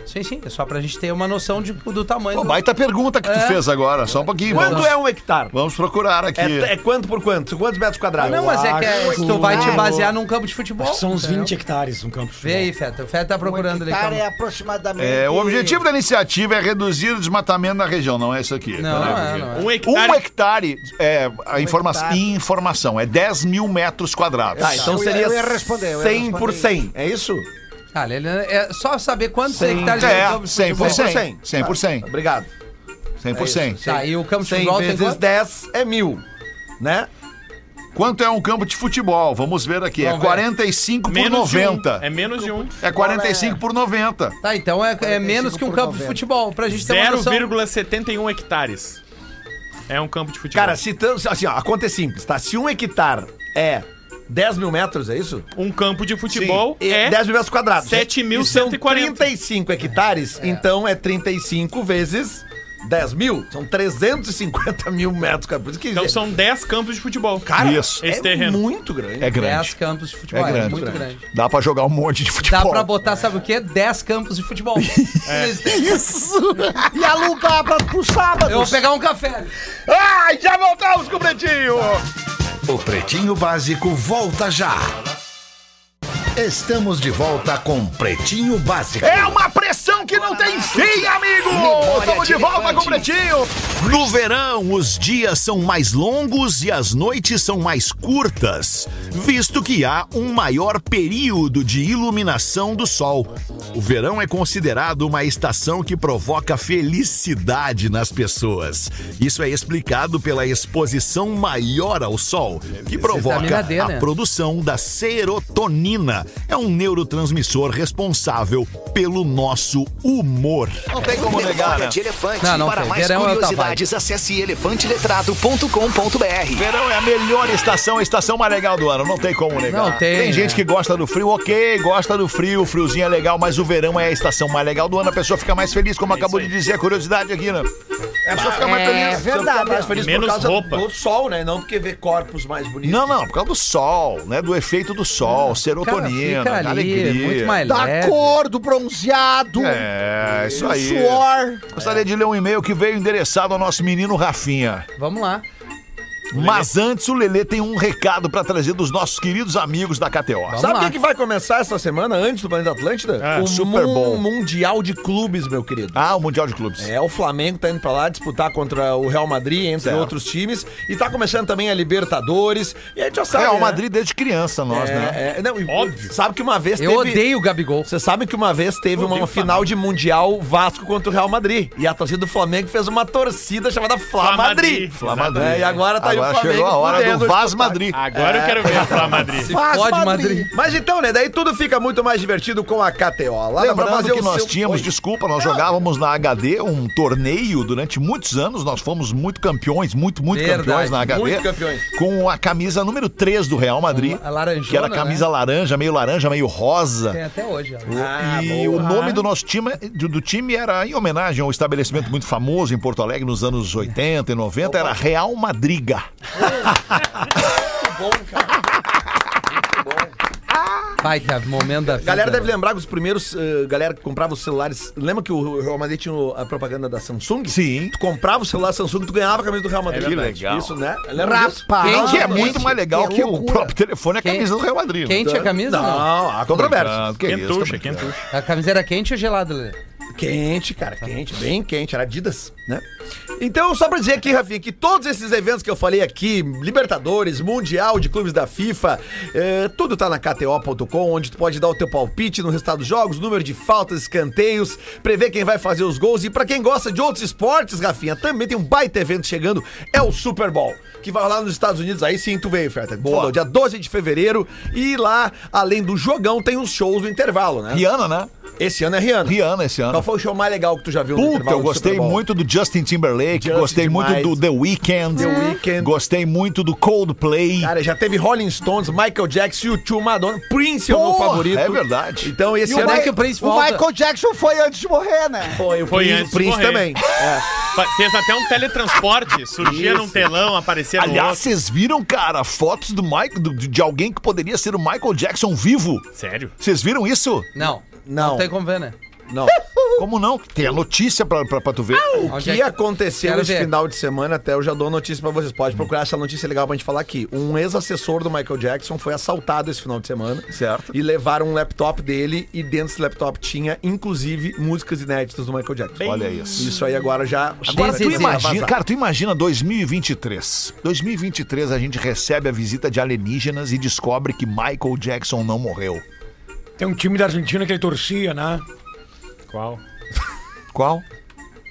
[SPEAKER 4] Sim, sim. É só pra gente ter uma noção de- do tamanho.
[SPEAKER 3] Pô,
[SPEAKER 4] do-
[SPEAKER 3] baita tá pergunta que tu
[SPEAKER 4] É.
[SPEAKER 3] fez agora. Só um pouquinho.
[SPEAKER 7] Quanto
[SPEAKER 3] Vamos,
[SPEAKER 7] é um hectare?
[SPEAKER 3] vamos procurar aqui.
[SPEAKER 7] É, é quanto por quanto? Quantos metros quadrados?
[SPEAKER 4] Não, mas é que é-
[SPEAKER 9] acho
[SPEAKER 4] tu vai te
[SPEAKER 9] que-
[SPEAKER 4] basear num campo de futebol.
[SPEAKER 9] São uns
[SPEAKER 4] entendeu?
[SPEAKER 9] 20 hectares no campo. de
[SPEAKER 4] Vê aí, Feta. O Feta tá procurando ali.
[SPEAKER 8] Cara, é
[SPEAKER 4] Calma.
[SPEAKER 8] aproximadamente.
[SPEAKER 3] É, o objetivo da iniciativa é reduzir o desmatamento na região, não é isso aqui.
[SPEAKER 4] Não,
[SPEAKER 3] Peraí,
[SPEAKER 4] não
[SPEAKER 3] porque-
[SPEAKER 4] é, não é.
[SPEAKER 6] Um
[SPEAKER 3] Um
[SPEAKER 6] hectare.
[SPEAKER 3] hectare, é, a informa informação, é 10 mil metros quadrados.
[SPEAKER 7] Tá, então
[SPEAKER 8] Eu ia-
[SPEAKER 7] seria
[SPEAKER 8] eu ia responder, eu ia
[SPEAKER 7] 100 por
[SPEAKER 8] responder
[SPEAKER 7] 100, é isso?
[SPEAKER 4] Cara, ele é só saber quantos
[SPEAKER 7] Cem.
[SPEAKER 4] hectares tem um
[SPEAKER 3] É,
[SPEAKER 4] campo de
[SPEAKER 3] 100 por
[SPEAKER 4] futebol.
[SPEAKER 3] 100. 100 por 100.
[SPEAKER 7] Obrigado.
[SPEAKER 3] 100 por 100.
[SPEAKER 4] Tá, e o campo de
[SPEAKER 7] 100
[SPEAKER 4] futebol tem
[SPEAKER 7] vezes
[SPEAKER 4] quanto?
[SPEAKER 7] 10 é mil, né?
[SPEAKER 3] Quanto é um campo de futebol? Vamos ver aqui. É
[SPEAKER 4] Vamos ver.
[SPEAKER 3] 45 por
[SPEAKER 6] Menos de um.
[SPEAKER 3] 90.
[SPEAKER 6] É menos de um.
[SPEAKER 3] É 45 por 90.
[SPEAKER 4] Tá, então é, é menos que um campo de futebol, pra gente ter uma noção.
[SPEAKER 6] 0,71 hectares. É um campo de futebol.
[SPEAKER 7] Cara, se tan- assim, ó, a conta é simples, tá? Se um hectare é 10 mil metros, é isso?
[SPEAKER 6] um campo de futebol
[SPEAKER 7] E
[SPEAKER 6] é
[SPEAKER 7] 10 mil metros quadrados.
[SPEAKER 6] 7.140.
[SPEAKER 7] 35 hectares, então é 35 vezes 10 mil. São 350 mil metros, cara. Por isso que
[SPEAKER 6] Então são 10 campos de futebol.
[SPEAKER 3] Cara, Isso.
[SPEAKER 6] esse
[SPEAKER 7] é
[SPEAKER 6] terreno.
[SPEAKER 7] muito grande.
[SPEAKER 3] É
[SPEAKER 4] 10
[SPEAKER 3] grande.
[SPEAKER 4] campos de futebol.
[SPEAKER 3] É
[SPEAKER 4] É,
[SPEAKER 3] grande.
[SPEAKER 4] muito grande.
[SPEAKER 3] Dá pra jogar um monte de
[SPEAKER 4] Dá
[SPEAKER 3] futebol.
[SPEAKER 4] pra botar, sabe o quê? 10 campos de futebol.
[SPEAKER 8] Isso! E alugar pra, pro sábado.
[SPEAKER 4] Eu vou pegar um café.
[SPEAKER 7] Ah,
[SPEAKER 3] Ai, já voltamos com o Pretinho.
[SPEAKER 5] O Pretinho Básico volta já. Estamos de volta com Pretinho Básico.
[SPEAKER 3] É uma pressão que não tem fim, amigo. Estamos de volta com o Pretinho.
[SPEAKER 1] No verão, os dias são mais longos e as noites são mais curtas, visto que há um maior período de iluminação do sol. O verão é considerado uma estação que provoca felicidade nas pessoas. Isso é explicado pela exposição maior ao sol, que
[SPEAKER 3] tá
[SPEAKER 1] provoca
[SPEAKER 4] Vitamina D,
[SPEAKER 1] a
[SPEAKER 4] né?
[SPEAKER 1] produção da serotonina. É um neurotransmissor responsável pelo nosso humor.
[SPEAKER 10] Não tem como negar, né? de elefante.
[SPEAKER 4] Não, não
[SPEAKER 10] Para
[SPEAKER 4] tem.
[SPEAKER 10] mais
[SPEAKER 4] Verão é outra
[SPEAKER 10] curiosidades, acesse elefanteletrado.com.br.
[SPEAKER 3] Verão é a melhor estação, a estação mais legal do ano. Não tem como negar.
[SPEAKER 4] Não tem, né?
[SPEAKER 3] gente que gosta do frio, ok, gosta do frio, o friozinho é legal, mas o verão é a estação mais legal do ano. A pessoa fica mais feliz,
[SPEAKER 4] É
[SPEAKER 3] como acabou de dizer a curiosidade aqui, né? A pessoa fica mais
[SPEAKER 8] É
[SPEAKER 3] feliz.
[SPEAKER 8] verdade.
[SPEAKER 7] mais feliz
[SPEAKER 6] Menos
[SPEAKER 7] por causa
[SPEAKER 6] roupa.
[SPEAKER 7] do sol, né? Não porque vê corpos mais bonitos.
[SPEAKER 3] Não, não, por causa do sol, né? Do efeito do sol, serotonina,
[SPEAKER 4] Cara, fica ali,
[SPEAKER 3] alegria.
[SPEAKER 4] muito mais
[SPEAKER 3] Dá-
[SPEAKER 8] Da
[SPEAKER 4] leve.
[SPEAKER 8] cor, do bronzeado,
[SPEAKER 3] É, isso
[SPEAKER 8] do
[SPEAKER 3] aí.
[SPEAKER 8] suor.
[SPEAKER 3] É. Gostaria de ler um e-mail que veio endereçado ao nosso menino Rafinha.
[SPEAKER 4] Vamos lá.
[SPEAKER 3] Mas antes o Lelê tem um recado pra trazer dos nossos queridos amigos da KTO.
[SPEAKER 7] Sabe o que, que vai começar essa semana, antes do Planeta Atlântida?
[SPEAKER 3] É,
[SPEAKER 7] o
[SPEAKER 3] Super
[SPEAKER 7] Mun-
[SPEAKER 3] Bowl.
[SPEAKER 7] Mundial de Clubes, meu querido.
[SPEAKER 3] Ah, o Mundial de Clubes.
[SPEAKER 7] É, o Flamengo tá indo pra lá disputar contra o Real Madrid, entre
[SPEAKER 3] Certo.
[SPEAKER 7] outros times. E tá começando também a Libertadores. E a gente já sabe.
[SPEAKER 3] Tá, Real
[SPEAKER 7] né?
[SPEAKER 3] Madrid desde criança, nós,
[SPEAKER 7] É,
[SPEAKER 3] né?
[SPEAKER 7] é, não, e-
[SPEAKER 6] Óbvio.
[SPEAKER 7] Sabe que uma vez
[SPEAKER 4] Eu
[SPEAKER 7] teve.
[SPEAKER 4] odeio o Gabigol.
[SPEAKER 7] Vocês sabem que uma vez teve uma
[SPEAKER 6] Odeio
[SPEAKER 7] final de Mundial Vasco contra o Real Madrid. E a torcida do Flamengo fez uma torcida chamada Fla Madrid.
[SPEAKER 6] Fla
[SPEAKER 3] Madrid.
[SPEAKER 7] É, e agora tá aí o
[SPEAKER 3] Agora
[SPEAKER 7] Flamengo.
[SPEAKER 3] chegou a hora
[SPEAKER 7] podendo
[SPEAKER 3] do Vaz
[SPEAKER 7] disputar.
[SPEAKER 3] Madrid.
[SPEAKER 6] Agora eu quero ver a Flá Madrid.
[SPEAKER 7] Faz
[SPEAKER 4] Pode,
[SPEAKER 7] Mas então, né? Daí tudo fica muito mais divertido com a KTO. Lá dá pra fazer
[SPEAKER 3] Lembrando que
[SPEAKER 7] tá o
[SPEAKER 3] nós
[SPEAKER 7] seu-
[SPEAKER 3] tínhamos,
[SPEAKER 7] Oi.
[SPEAKER 3] desculpa, nós jogávamos na HD um torneio durante muitos anos, nós fomos muito campeões, muito, muito
[SPEAKER 4] Verdade,
[SPEAKER 3] campeões na HD.
[SPEAKER 7] muito campeões.
[SPEAKER 3] Com a camisa número 3 do Real Madrid,
[SPEAKER 4] Uma- a laranjona,
[SPEAKER 3] que era camisa
[SPEAKER 7] né?
[SPEAKER 3] laranja, meio laranja, meio rosa.
[SPEAKER 7] É.
[SPEAKER 4] Tem até hoje. ó.
[SPEAKER 7] Ah,
[SPEAKER 3] e o nome do nosso time, do, do time era em homenagem a um estabelecimento muito famoso em Porto Alegre nos anos 80 e 90, era Real Madriga.
[SPEAKER 4] Vai, que é o momento da vida,
[SPEAKER 7] Galera deve
[SPEAKER 4] né?
[SPEAKER 7] lembrar que os primeiros, eh, galera que comprava os celulares, lembra que o Real Madrid tinha o- a propaganda da Samsung?
[SPEAKER 3] Sim.
[SPEAKER 7] Tu comprava o celular Samsung, tu ganhava a camisa do Real Madrid.
[SPEAKER 6] É verdade.
[SPEAKER 7] Isso, né? Lembra disso?
[SPEAKER 4] Quem
[SPEAKER 3] Que é
[SPEAKER 4] tinha
[SPEAKER 3] muito mais legal que, é o próprio telefone e a
[SPEAKER 4] Quem-
[SPEAKER 3] camisa do Real Madrid. né?
[SPEAKER 4] Quente a camisa? Não.
[SPEAKER 7] Não, a
[SPEAKER 3] Tô
[SPEAKER 7] controvérsia.
[SPEAKER 3] brincando, que isso, tô
[SPEAKER 6] Quentuxa,
[SPEAKER 3] brincando.
[SPEAKER 6] quentuxa.
[SPEAKER 4] A camisa era quente ou gelada, Lelê?
[SPEAKER 7] Quente, cara, quente, bem quente, era Adidas, né? Então, só pra dizer aqui, Rafinha, que todos esses eventos que eu falei aqui, Libertadores, Mundial de Clubes da FIFA, eh, tudo tá na KTO.com, onde tu pode dar o teu palpite no resultado dos jogos, número de faltas, escanteios, prever quem vai fazer os gols. E pra quem gosta de outros esportes, Rafinha, também tem um baita evento chegando, é o Super Bowl, que vai rolar nos Estados Unidos. Aí sim, tu veio, Ferta. Boa. Dia 12 de fevereiro. E lá, além do jogão, tem os shows no intervalo, né?
[SPEAKER 3] Rihanna, né?
[SPEAKER 7] Esse ano é Rihanna.
[SPEAKER 3] Rihanna esse ano.
[SPEAKER 7] Qual foi o show mais legal que tu já viu no
[SPEAKER 3] Puta,
[SPEAKER 7] intervalo
[SPEAKER 3] eu
[SPEAKER 7] do
[SPEAKER 3] gostei
[SPEAKER 7] Super Bowl?
[SPEAKER 3] muito do Justin Timberlake,
[SPEAKER 7] Justin
[SPEAKER 3] gostei
[SPEAKER 7] demais.
[SPEAKER 3] muito do The Weeknd,
[SPEAKER 7] The Weeknd.
[SPEAKER 3] gostei muito do Coldplay.
[SPEAKER 7] Cara, já teve Rolling Stones, Michael Jackson, U2, Madonna, Prince é o meu
[SPEAKER 3] Porra,
[SPEAKER 7] favorito.
[SPEAKER 3] é verdade.
[SPEAKER 7] Então esse
[SPEAKER 4] E
[SPEAKER 7] ano
[SPEAKER 4] o
[SPEAKER 7] é
[SPEAKER 4] Michael Prince
[SPEAKER 2] O
[SPEAKER 4] volta.
[SPEAKER 2] Michael Jackson foi antes de morrer, né?
[SPEAKER 7] foi o
[SPEAKER 6] Foi
[SPEAKER 7] Prince,
[SPEAKER 6] antes de
[SPEAKER 7] Prince
[SPEAKER 6] morrer.
[SPEAKER 7] também.
[SPEAKER 6] Fa- Fez até um teletransporte, surgia num telão, aparecia no
[SPEAKER 3] Aliás,
[SPEAKER 6] outro.
[SPEAKER 3] vocês viram, cara, fotos do Michael, do- de alguém que poderia ser o Michael Jackson vivo?
[SPEAKER 6] Sério?
[SPEAKER 3] Vocês viram isso?
[SPEAKER 4] Não.
[SPEAKER 7] Não.
[SPEAKER 4] Não tem como ver, né?
[SPEAKER 7] Não.
[SPEAKER 3] Como não? Tem a notícia pra, pra, pra tu ver.
[SPEAKER 7] O
[SPEAKER 4] Onde é
[SPEAKER 7] que
[SPEAKER 4] que-
[SPEAKER 7] aconteceu
[SPEAKER 4] Quero
[SPEAKER 7] esse
[SPEAKER 4] ver.
[SPEAKER 7] final de semana, até eu já dou notícia pra vocês. Pode procurar essa notícia legal pra gente falar aqui. Um ex-assessor do Michael Jackson foi assaltado esse final de semana.
[SPEAKER 3] Certo.
[SPEAKER 7] E levaram um laptop dele e dentro desse laptop tinha, inclusive, músicas inéditas do Michael Jackson.
[SPEAKER 3] Olha isso.
[SPEAKER 7] Isso aí agora já...
[SPEAKER 3] Agora, tu
[SPEAKER 4] Sim, sim, sim.
[SPEAKER 3] imagina,
[SPEAKER 7] Vazar.
[SPEAKER 3] cara, tu imagina 2023. 2023 a gente recebe a visita de alienígenas e descobre que Michael Jackson não morreu.
[SPEAKER 9] Tem um time da Argentina que ele torcia, né?
[SPEAKER 6] Qual?
[SPEAKER 3] Qual?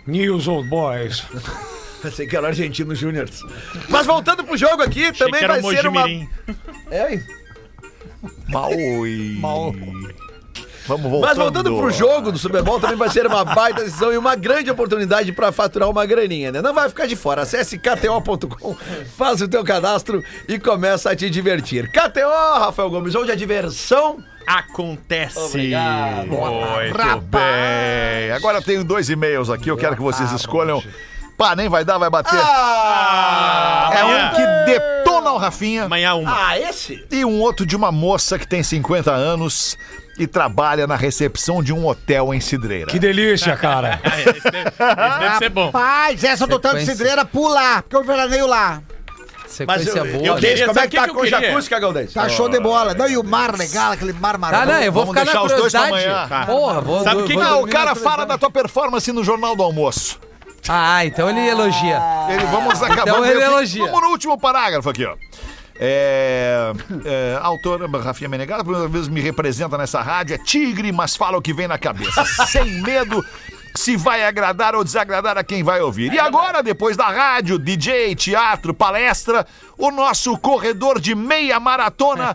[SPEAKER 9] News Old Boys.
[SPEAKER 7] Pensei que era o argentino Júnior. Mas voltando pro jogo aqui,
[SPEAKER 6] Achei
[SPEAKER 7] também
[SPEAKER 6] que era
[SPEAKER 7] vai
[SPEAKER 6] o
[SPEAKER 7] ser uma.
[SPEAKER 6] Mojimirim.
[SPEAKER 7] É,
[SPEAKER 3] Maui. Vamos voltar.
[SPEAKER 7] mas voltando pro jogo do Super Bowl, também vai ser uma baita decisão e uma grande oportunidade pra faturar uma graninha, né? Não vai ficar de fora. Acesse kto.com, faz o teu cadastro e começa a te divertir. KTO, Rafael Gomes, onde a diversão.
[SPEAKER 6] Acontece.
[SPEAKER 7] Obrigado.
[SPEAKER 6] Muito
[SPEAKER 3] Bem, É, agora eu tenho dois e-mails aqui, eu quero que vocês escolham. Ah, Pá, nem vai dar, vai bater.
[SPEAKER 7] Ah!
[SPEAKER 3] é
[SPEAKER 6] amanhã.
[SPEAKER 3] um que detona o Rafinha
[SPEAKER 6] Amanhã é uma.
[SPEAKER 7] Ah, esse?
[SPEAKER 3] e um outro de uma moça que tem 50 anos e trabalha na recepção de um hotel em Cidreira.
[SPEAKER 9] Que delícia, cara.
[SPEAKER 6] Ah, esse, deve, esse deve ser bom.
[SPEAKER 2] Paz, essa do tanto de
[SPEAKER 4] Sequência.
[SPEAKER 2] cidreira, pula, porque eu veraneio lá.
[SPEAKER 4] Sequência boa.
[SPEAKER 6] eu
[SPEAKER 4] né?
[SPEAKER 6] queria-
[SPEAKER 7] Como
[SPEAKER 6] sabe
[SPEAKER 7] é
[SPEAKER 6] o
[SPEAKER 7] que tá
[SPEAKER 6] que que
[SPEAKER 7] a
[SPEAKER 6] eu
[SPEAKER 7] concha
[SPEAKER 6] queria?
[SPEAKER 7] acústica, Galdês?
[SPEAKER 2] Tá show de bola. Não, e o mar legal, aquele mar
[SPEAKER 4] Tá,
[SPEAKER 2] marmarão.
[SPEAKER 4] não, eu vou
[SPEAKER 3] Vamos
[SPEAKER 4] ficar na
[SPEAKER 3] deixar os dois pra
[SPEAKER 4] curiosidade.
[SPEAKER 3] amanhã. Tá.
[SPEAKER 4] Porra, vou...
[SPEAKER 6] Sabe o que
[SPEAKER 4] vou
[SPEAKER 6] que-
[SPEAKER 3] Ah, o
[SPEAKER 4] dormir na
[SPEAKER 3] cara fala
[SPEAKER 4] curiosidade.
[SPEAKER 3] da tua performance no Jornal do Almoço.
[SPEAKER 4] Ah, então ele elogia.
[SPEAKER 3] Ele, vamos acabar.
[SPEAKER 4] Então ele
[SPEAKER 3] Eu fico-
[SPEAKER 4] elogia.
[SPEAKER 3] Vamos no último parágrafo aqui, ó. É, é, autora Rafinha Menegado, primeira vez me representa nessa rádio, é tigre, mas fala o que vem na cabeça, sem medo se vai agradar ou desagradar a quem vai ouvir. E agora, depois da rádio, DJ, teatro, palestra, o nosso corredor de meia maratona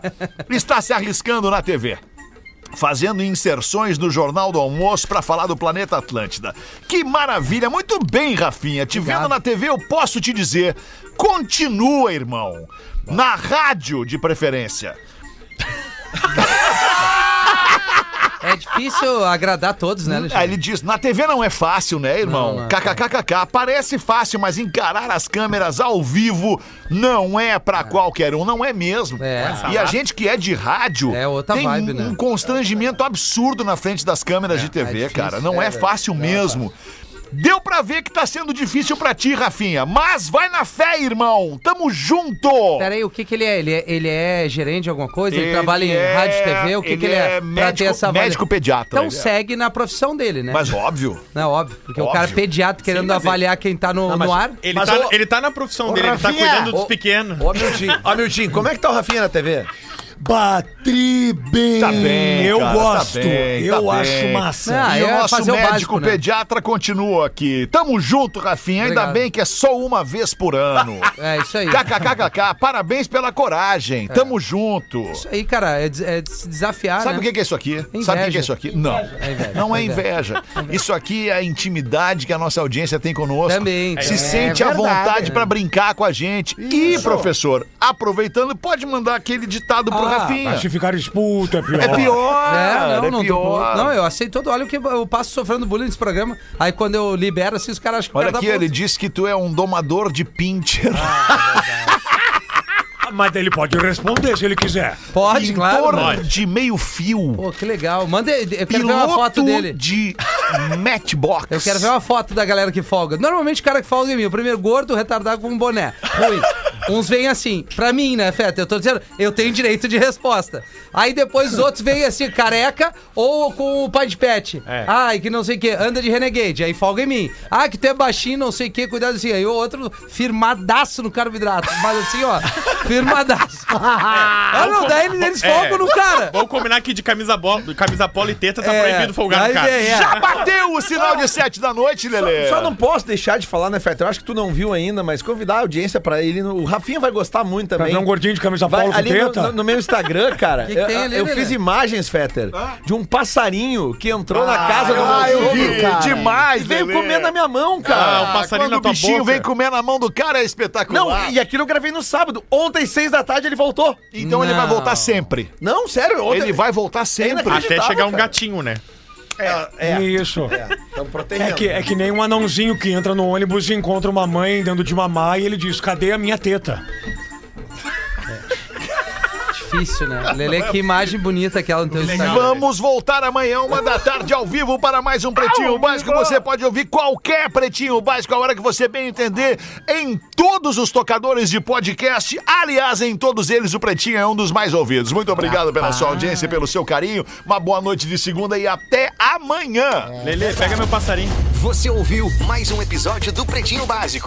[SPEAKER 3] está se arriscando na TV fazendo inserções no Jornal do Almoço para falar do planeta Atlântida. Que maravilha! Muito bem, Rafinha. Te vendo na TV, eu posso te dizer: continua, irmão. Na rádio, de preferência.
[SPEAKER 4] É difícil agradar todos, né,
[SPEAKER 3] Aí
[SPEAKER 4] Alexandre?
[SPEAKER 3] ele diz: na TV não é fácil, né, irmão?
[SPEAKER 4] Não, é não.
[SPEAKER 3] KKKKK. Parece fácil, mas encarar as câmeras ao vivo não é pra qualquer um, não é mesmo.
[SPEAKER 4] É.
[SPEAKER 3] E a gente que é de rádio
[SPEAKER 4] É outra
[SPEAKER 3] tem
[SPEAKER 4] vibe,
[SPEAKER 3] um,
[SPEAKER 4] né? É,
[SPEAKER 3] um constrangimento absurdo na frente das câmeras de TV,
[SPEAKER 4] difícil,
[SPEAKER 3] cara. Não
[SPEAKER 4] é
[SPEAKER 3] é,
[SPEAKER 4] verdade.
[SPEAKER 3] fácil mesmo. Deu pra ver que tá sendo difícil pra ti, Rafinha. Mas vai na fé, irmão. Tamo junto.
[SPEAKER 4] Peraí, o que que ele é? Ele é, ele é gerente de alguma coisa? Ele,
[SPEAKER 3] Ele
[SPEAKER 4] trabalha em
[SPEAKER 3] é-
[SPEAKER 4] rádio e TV? O que
[SPEAKER 3] ele
[SPEAKER 4] que ele é?
[SPEAKER 3] é médico- médico pediatra,
[SPEAKER 4] Então
[SPEAKER 3] ele é.
[SPEAKER 4] segue na profissão dele, né?
[SPEAKER 3] Mas óbvio.
[SPEAKER 4] Não é óbvio, porque o cara é
[SPEAKER 3] Óbvio.
[SPEAKER 4] pediatra querendo avaliar quem tá no, no ar.
[SPEAKER 6] Ele,
[SPEAKER 7] Mas
[SPEAKER 6] tá,
[SPEAKER 7] o-
[SPEAKER 6] ele tá na profissão dele, ele tá
[SPEAKER 8] Rafinha,
[SPEAKER 6] cuidando dos
[SPEAKER 7] o-
[SPEAKER 6] pequenos.
[SPEAKER 7] Ó, Miltinho, ó, Miltinho, como é que tá o Rafinha na TV?
[SPEAKER 9] Batri bem.
[SPEAKER 3] Tá bem,
[SPEAKER 9] eu
[SPEAKER 3] cara, tá
[SPEAKER 9] gosto.
[SPEAKER 3] bem, tá
[SPEAKER 9] eu acho
[SPEAKER 3] bem.
[SPEAKER 9] massa.
[SPEAKER 4] Ah,
[SPEAKER 3] e
[SPEAKER 4] eu
[SPEAKER 3] o
[SPEAKER 4] ia
[SPEAKER 3] nosso
[SPEAKER 4] fazer o
[SPEAKER 3] médico
[SPEAKER 4] básico, né?
[SPEAKER 3] pediatra continua aqui. Tamo junto, Rafinha. Ainda
[SPEAKER 4] Obrigado.
[SPEAKER 3] bem que é só uma vez por ano.
[SPEAKER 4] É isso aí.
[SPEAKER 3] KKKKK, parabéns pela
[SPEAKER 4] É.
[SPEAKER 3] coragem. Tamo junto.
[SPEAKER 4] Isso aí, cara, é, de- é de se desafiar,
[SPEAKER 3] Sabe
[SPEAKER 4] né?
[SPEAKER 3] o que que é isso aqui? Sabe o que que é isso aqui? Não.
[SPEAKER 4] inveja,
[SPEAKER 3] Não é
[SPEAKER 4] é
[SPEAKER 3] inveja. Isso aqui é a intimidade que a nossa audiência tem conosco.
[SPEAKER 4] Também,
[SPEAKER 3] Se
[SPEAKER 4] é
[SPEAKER 3] sente à
[SPEAKER 4] verdade,
[SPEAKER 3] vontade
[SPEAKER 4] é.
[SPEAKER 3] pra brincar com a gente. E, professor, aproveitando, pode mandar aquele ditado pro
[SPEAKER 4] Ah,
[SPEAKER 3] Rafinha.
[SPEAKER 9] Mas se ficar expulso é pior.
[SPEAKER 3] É pior.
[SPEAKER 4] É, não,
[SPEAKER 3] é
[SPEAKER 4] não, tô-
[SPEAKER 3] pior.
[SPEAKER 4] não, eu aceito todo. Olha o que eu passo sofrendo bullying nesse programa. Aí quando eu libero, assim, os caras acham que o
[SPEAKER 3] Olha
[SPEAKER 4] cara
[SPEAKER 3] aqui,
[SPEAKER 4] tá
[SPEAKER 3] ele
[SPEAKER 4] puto.
[SPEAKER 3] disse que tu é um domador de pincher.
[SPEAKER 4] Ah,
[SPEAKER 9] Ah, Mas ele pode responder se ele quiser.
[SPEAKER 4] Pode, claro. mano.
[SPEAKER 3] pintor de meio fio.
[SPEAKER 4] Pô, que legal. Manda, eu quero ver uma foto
[SPEAKER 3] Piloto
[SPEAKER 4] dele.
[SPEAKER 3] de matchbox.
[SPEAKER 4] Eu quero ver uma foto da galera que folga. Normalmente o cara que folga é mim. O primeiro gordo, retardado com um boné. Ruim. Uns vêm assim, pra mim, né, Feta? Eu tô dizendo, eu tenho direito de resposta. Aí depois os outros vêm assim, careca ou com o pai de pet.
[SPEAKER 6] É.
[SPEAKER 4] Ai, que não sei o que, anda de renegade. Aí folga em mim. Ah, que tu é baixinho, não sei o que, cuidado assim. Aí o outro firmadaço no carboidrato. Mas assim, ó, firmadaço.
[SPEAKER 6] É.
[SPEAKER 4] ah, não, daí eles folgam no cara.
[SPEAKER 6] Vamos combinar que de camisa, bo... camisa polo e teta tá
[SPEAKER 4] É,
[SPEAKER 6] proibido folgar
[SPEAKER 4] aí
[SPEAKER 6] no cara.
[SPEAKER 4] vem, é.
[SPEAKER 3] Já bateu o sinal de sete da noite, Lelê.
[SPEAKER 7] Só não posso deixar de falar, né, Feta? Eu acho que tu não viu ainda, mas convidar a audiência pra ele. no- O Rafinha vai gostar muito
[SPEAKER 9] Pra
[SPEAKER 7] também.
[SPEAKER 9] ver um gordinho de
[SPEAKER 3] Tá
[SPEAKER 9] camisa
[SPEAKER 7] Vai,
[SPEAKER 9] polo com
[SPEAKER 7] ali no,
[SPEAKER 9] teta.
[SPEAKER 7] no- no meu Instagram, cara,
[SPEAKER 4] Que que
[SPEAKER 7] eu,
[SPEAKER 4] tem ali,
[SPEAKER 7] eu
[SPEAKER 4] Lelê? Ah.
[SPEAKER 7] fiz imagens, Fetter, de um passarinho que entrou na casa do
[SPEAKER 3] Ah, eu
[SPEAKER 7] sogro,
[SPEAKER 3] vi,
[SPEAKER 7] cara,
[SPEAKER 3] demais,
[SPEAKER 7] E veio
[SPEAKER 3] Lelê.
[SPEAKER 7] comer na minha mão, cara.
[SPEAKER 6] Ah, o passarinho
[SPEAKER 3] Quando
[SPEAKER 6] na
[SPEAKER 3] o
[SPEAKER 6] tua
[SPEAKER 3] bichinho
[SPEAKER 6] boca.
[SPEAKER 3] vem comer na mão do cara é espetacular.
[SPEAKER 7] Não, e aquilo eu gravei no sábado. Ontem, seis da tarde, ele voltou.
[SPEAKER 3] Então ele vai
[SPEAKER 4] Não.
[SPEAKER 3] voltar sempre.
[SPEAKER 7] Não, sério. Ontem...
[SPEAKER 3] Ele vai voltar sempre.
[SPEAKER 7] inacreditável.
[SPEAKER 6] Até chegar um
[SPEAKER 7] cara.
[SPEAKER 6] gatinho, né?
[SPEAKER 7] É.
[SPEAKER 9] Isso.
[SPEAKER 7] Estamos
[SPEAKER 9] É
[SPEAKER 7] protegendo.
[SPEAKER 9] que, é que nem um anãozinho que entra no ônibus e encontra uma mãe dando de mamar e ele diz: cadê a minha teta?
[SPEAKER 4] Difícil, né? Lele, que imagem bonita aquela no teu Instagram.
[SPEAKER 3] Vamos voltar amanhã, uma da tarde, ao vivo, para mais um Pretinho Básico. Você pode ouvir qualquer Pretinho Básico, a hora que você bem entender, em todos os tocadores de podcast. Aliás, em todos eles, o Pretinho é um dos mais ouvidos. Muito obrigado pela sua audiência, pelo seu carinho. Uma boa noite de segunda e até amanhã.
[SPEAKER 6] Lele, pega meu passarinho.
[SPEAKER 10] Você ouviu mais um episódio do Pretinho Básico.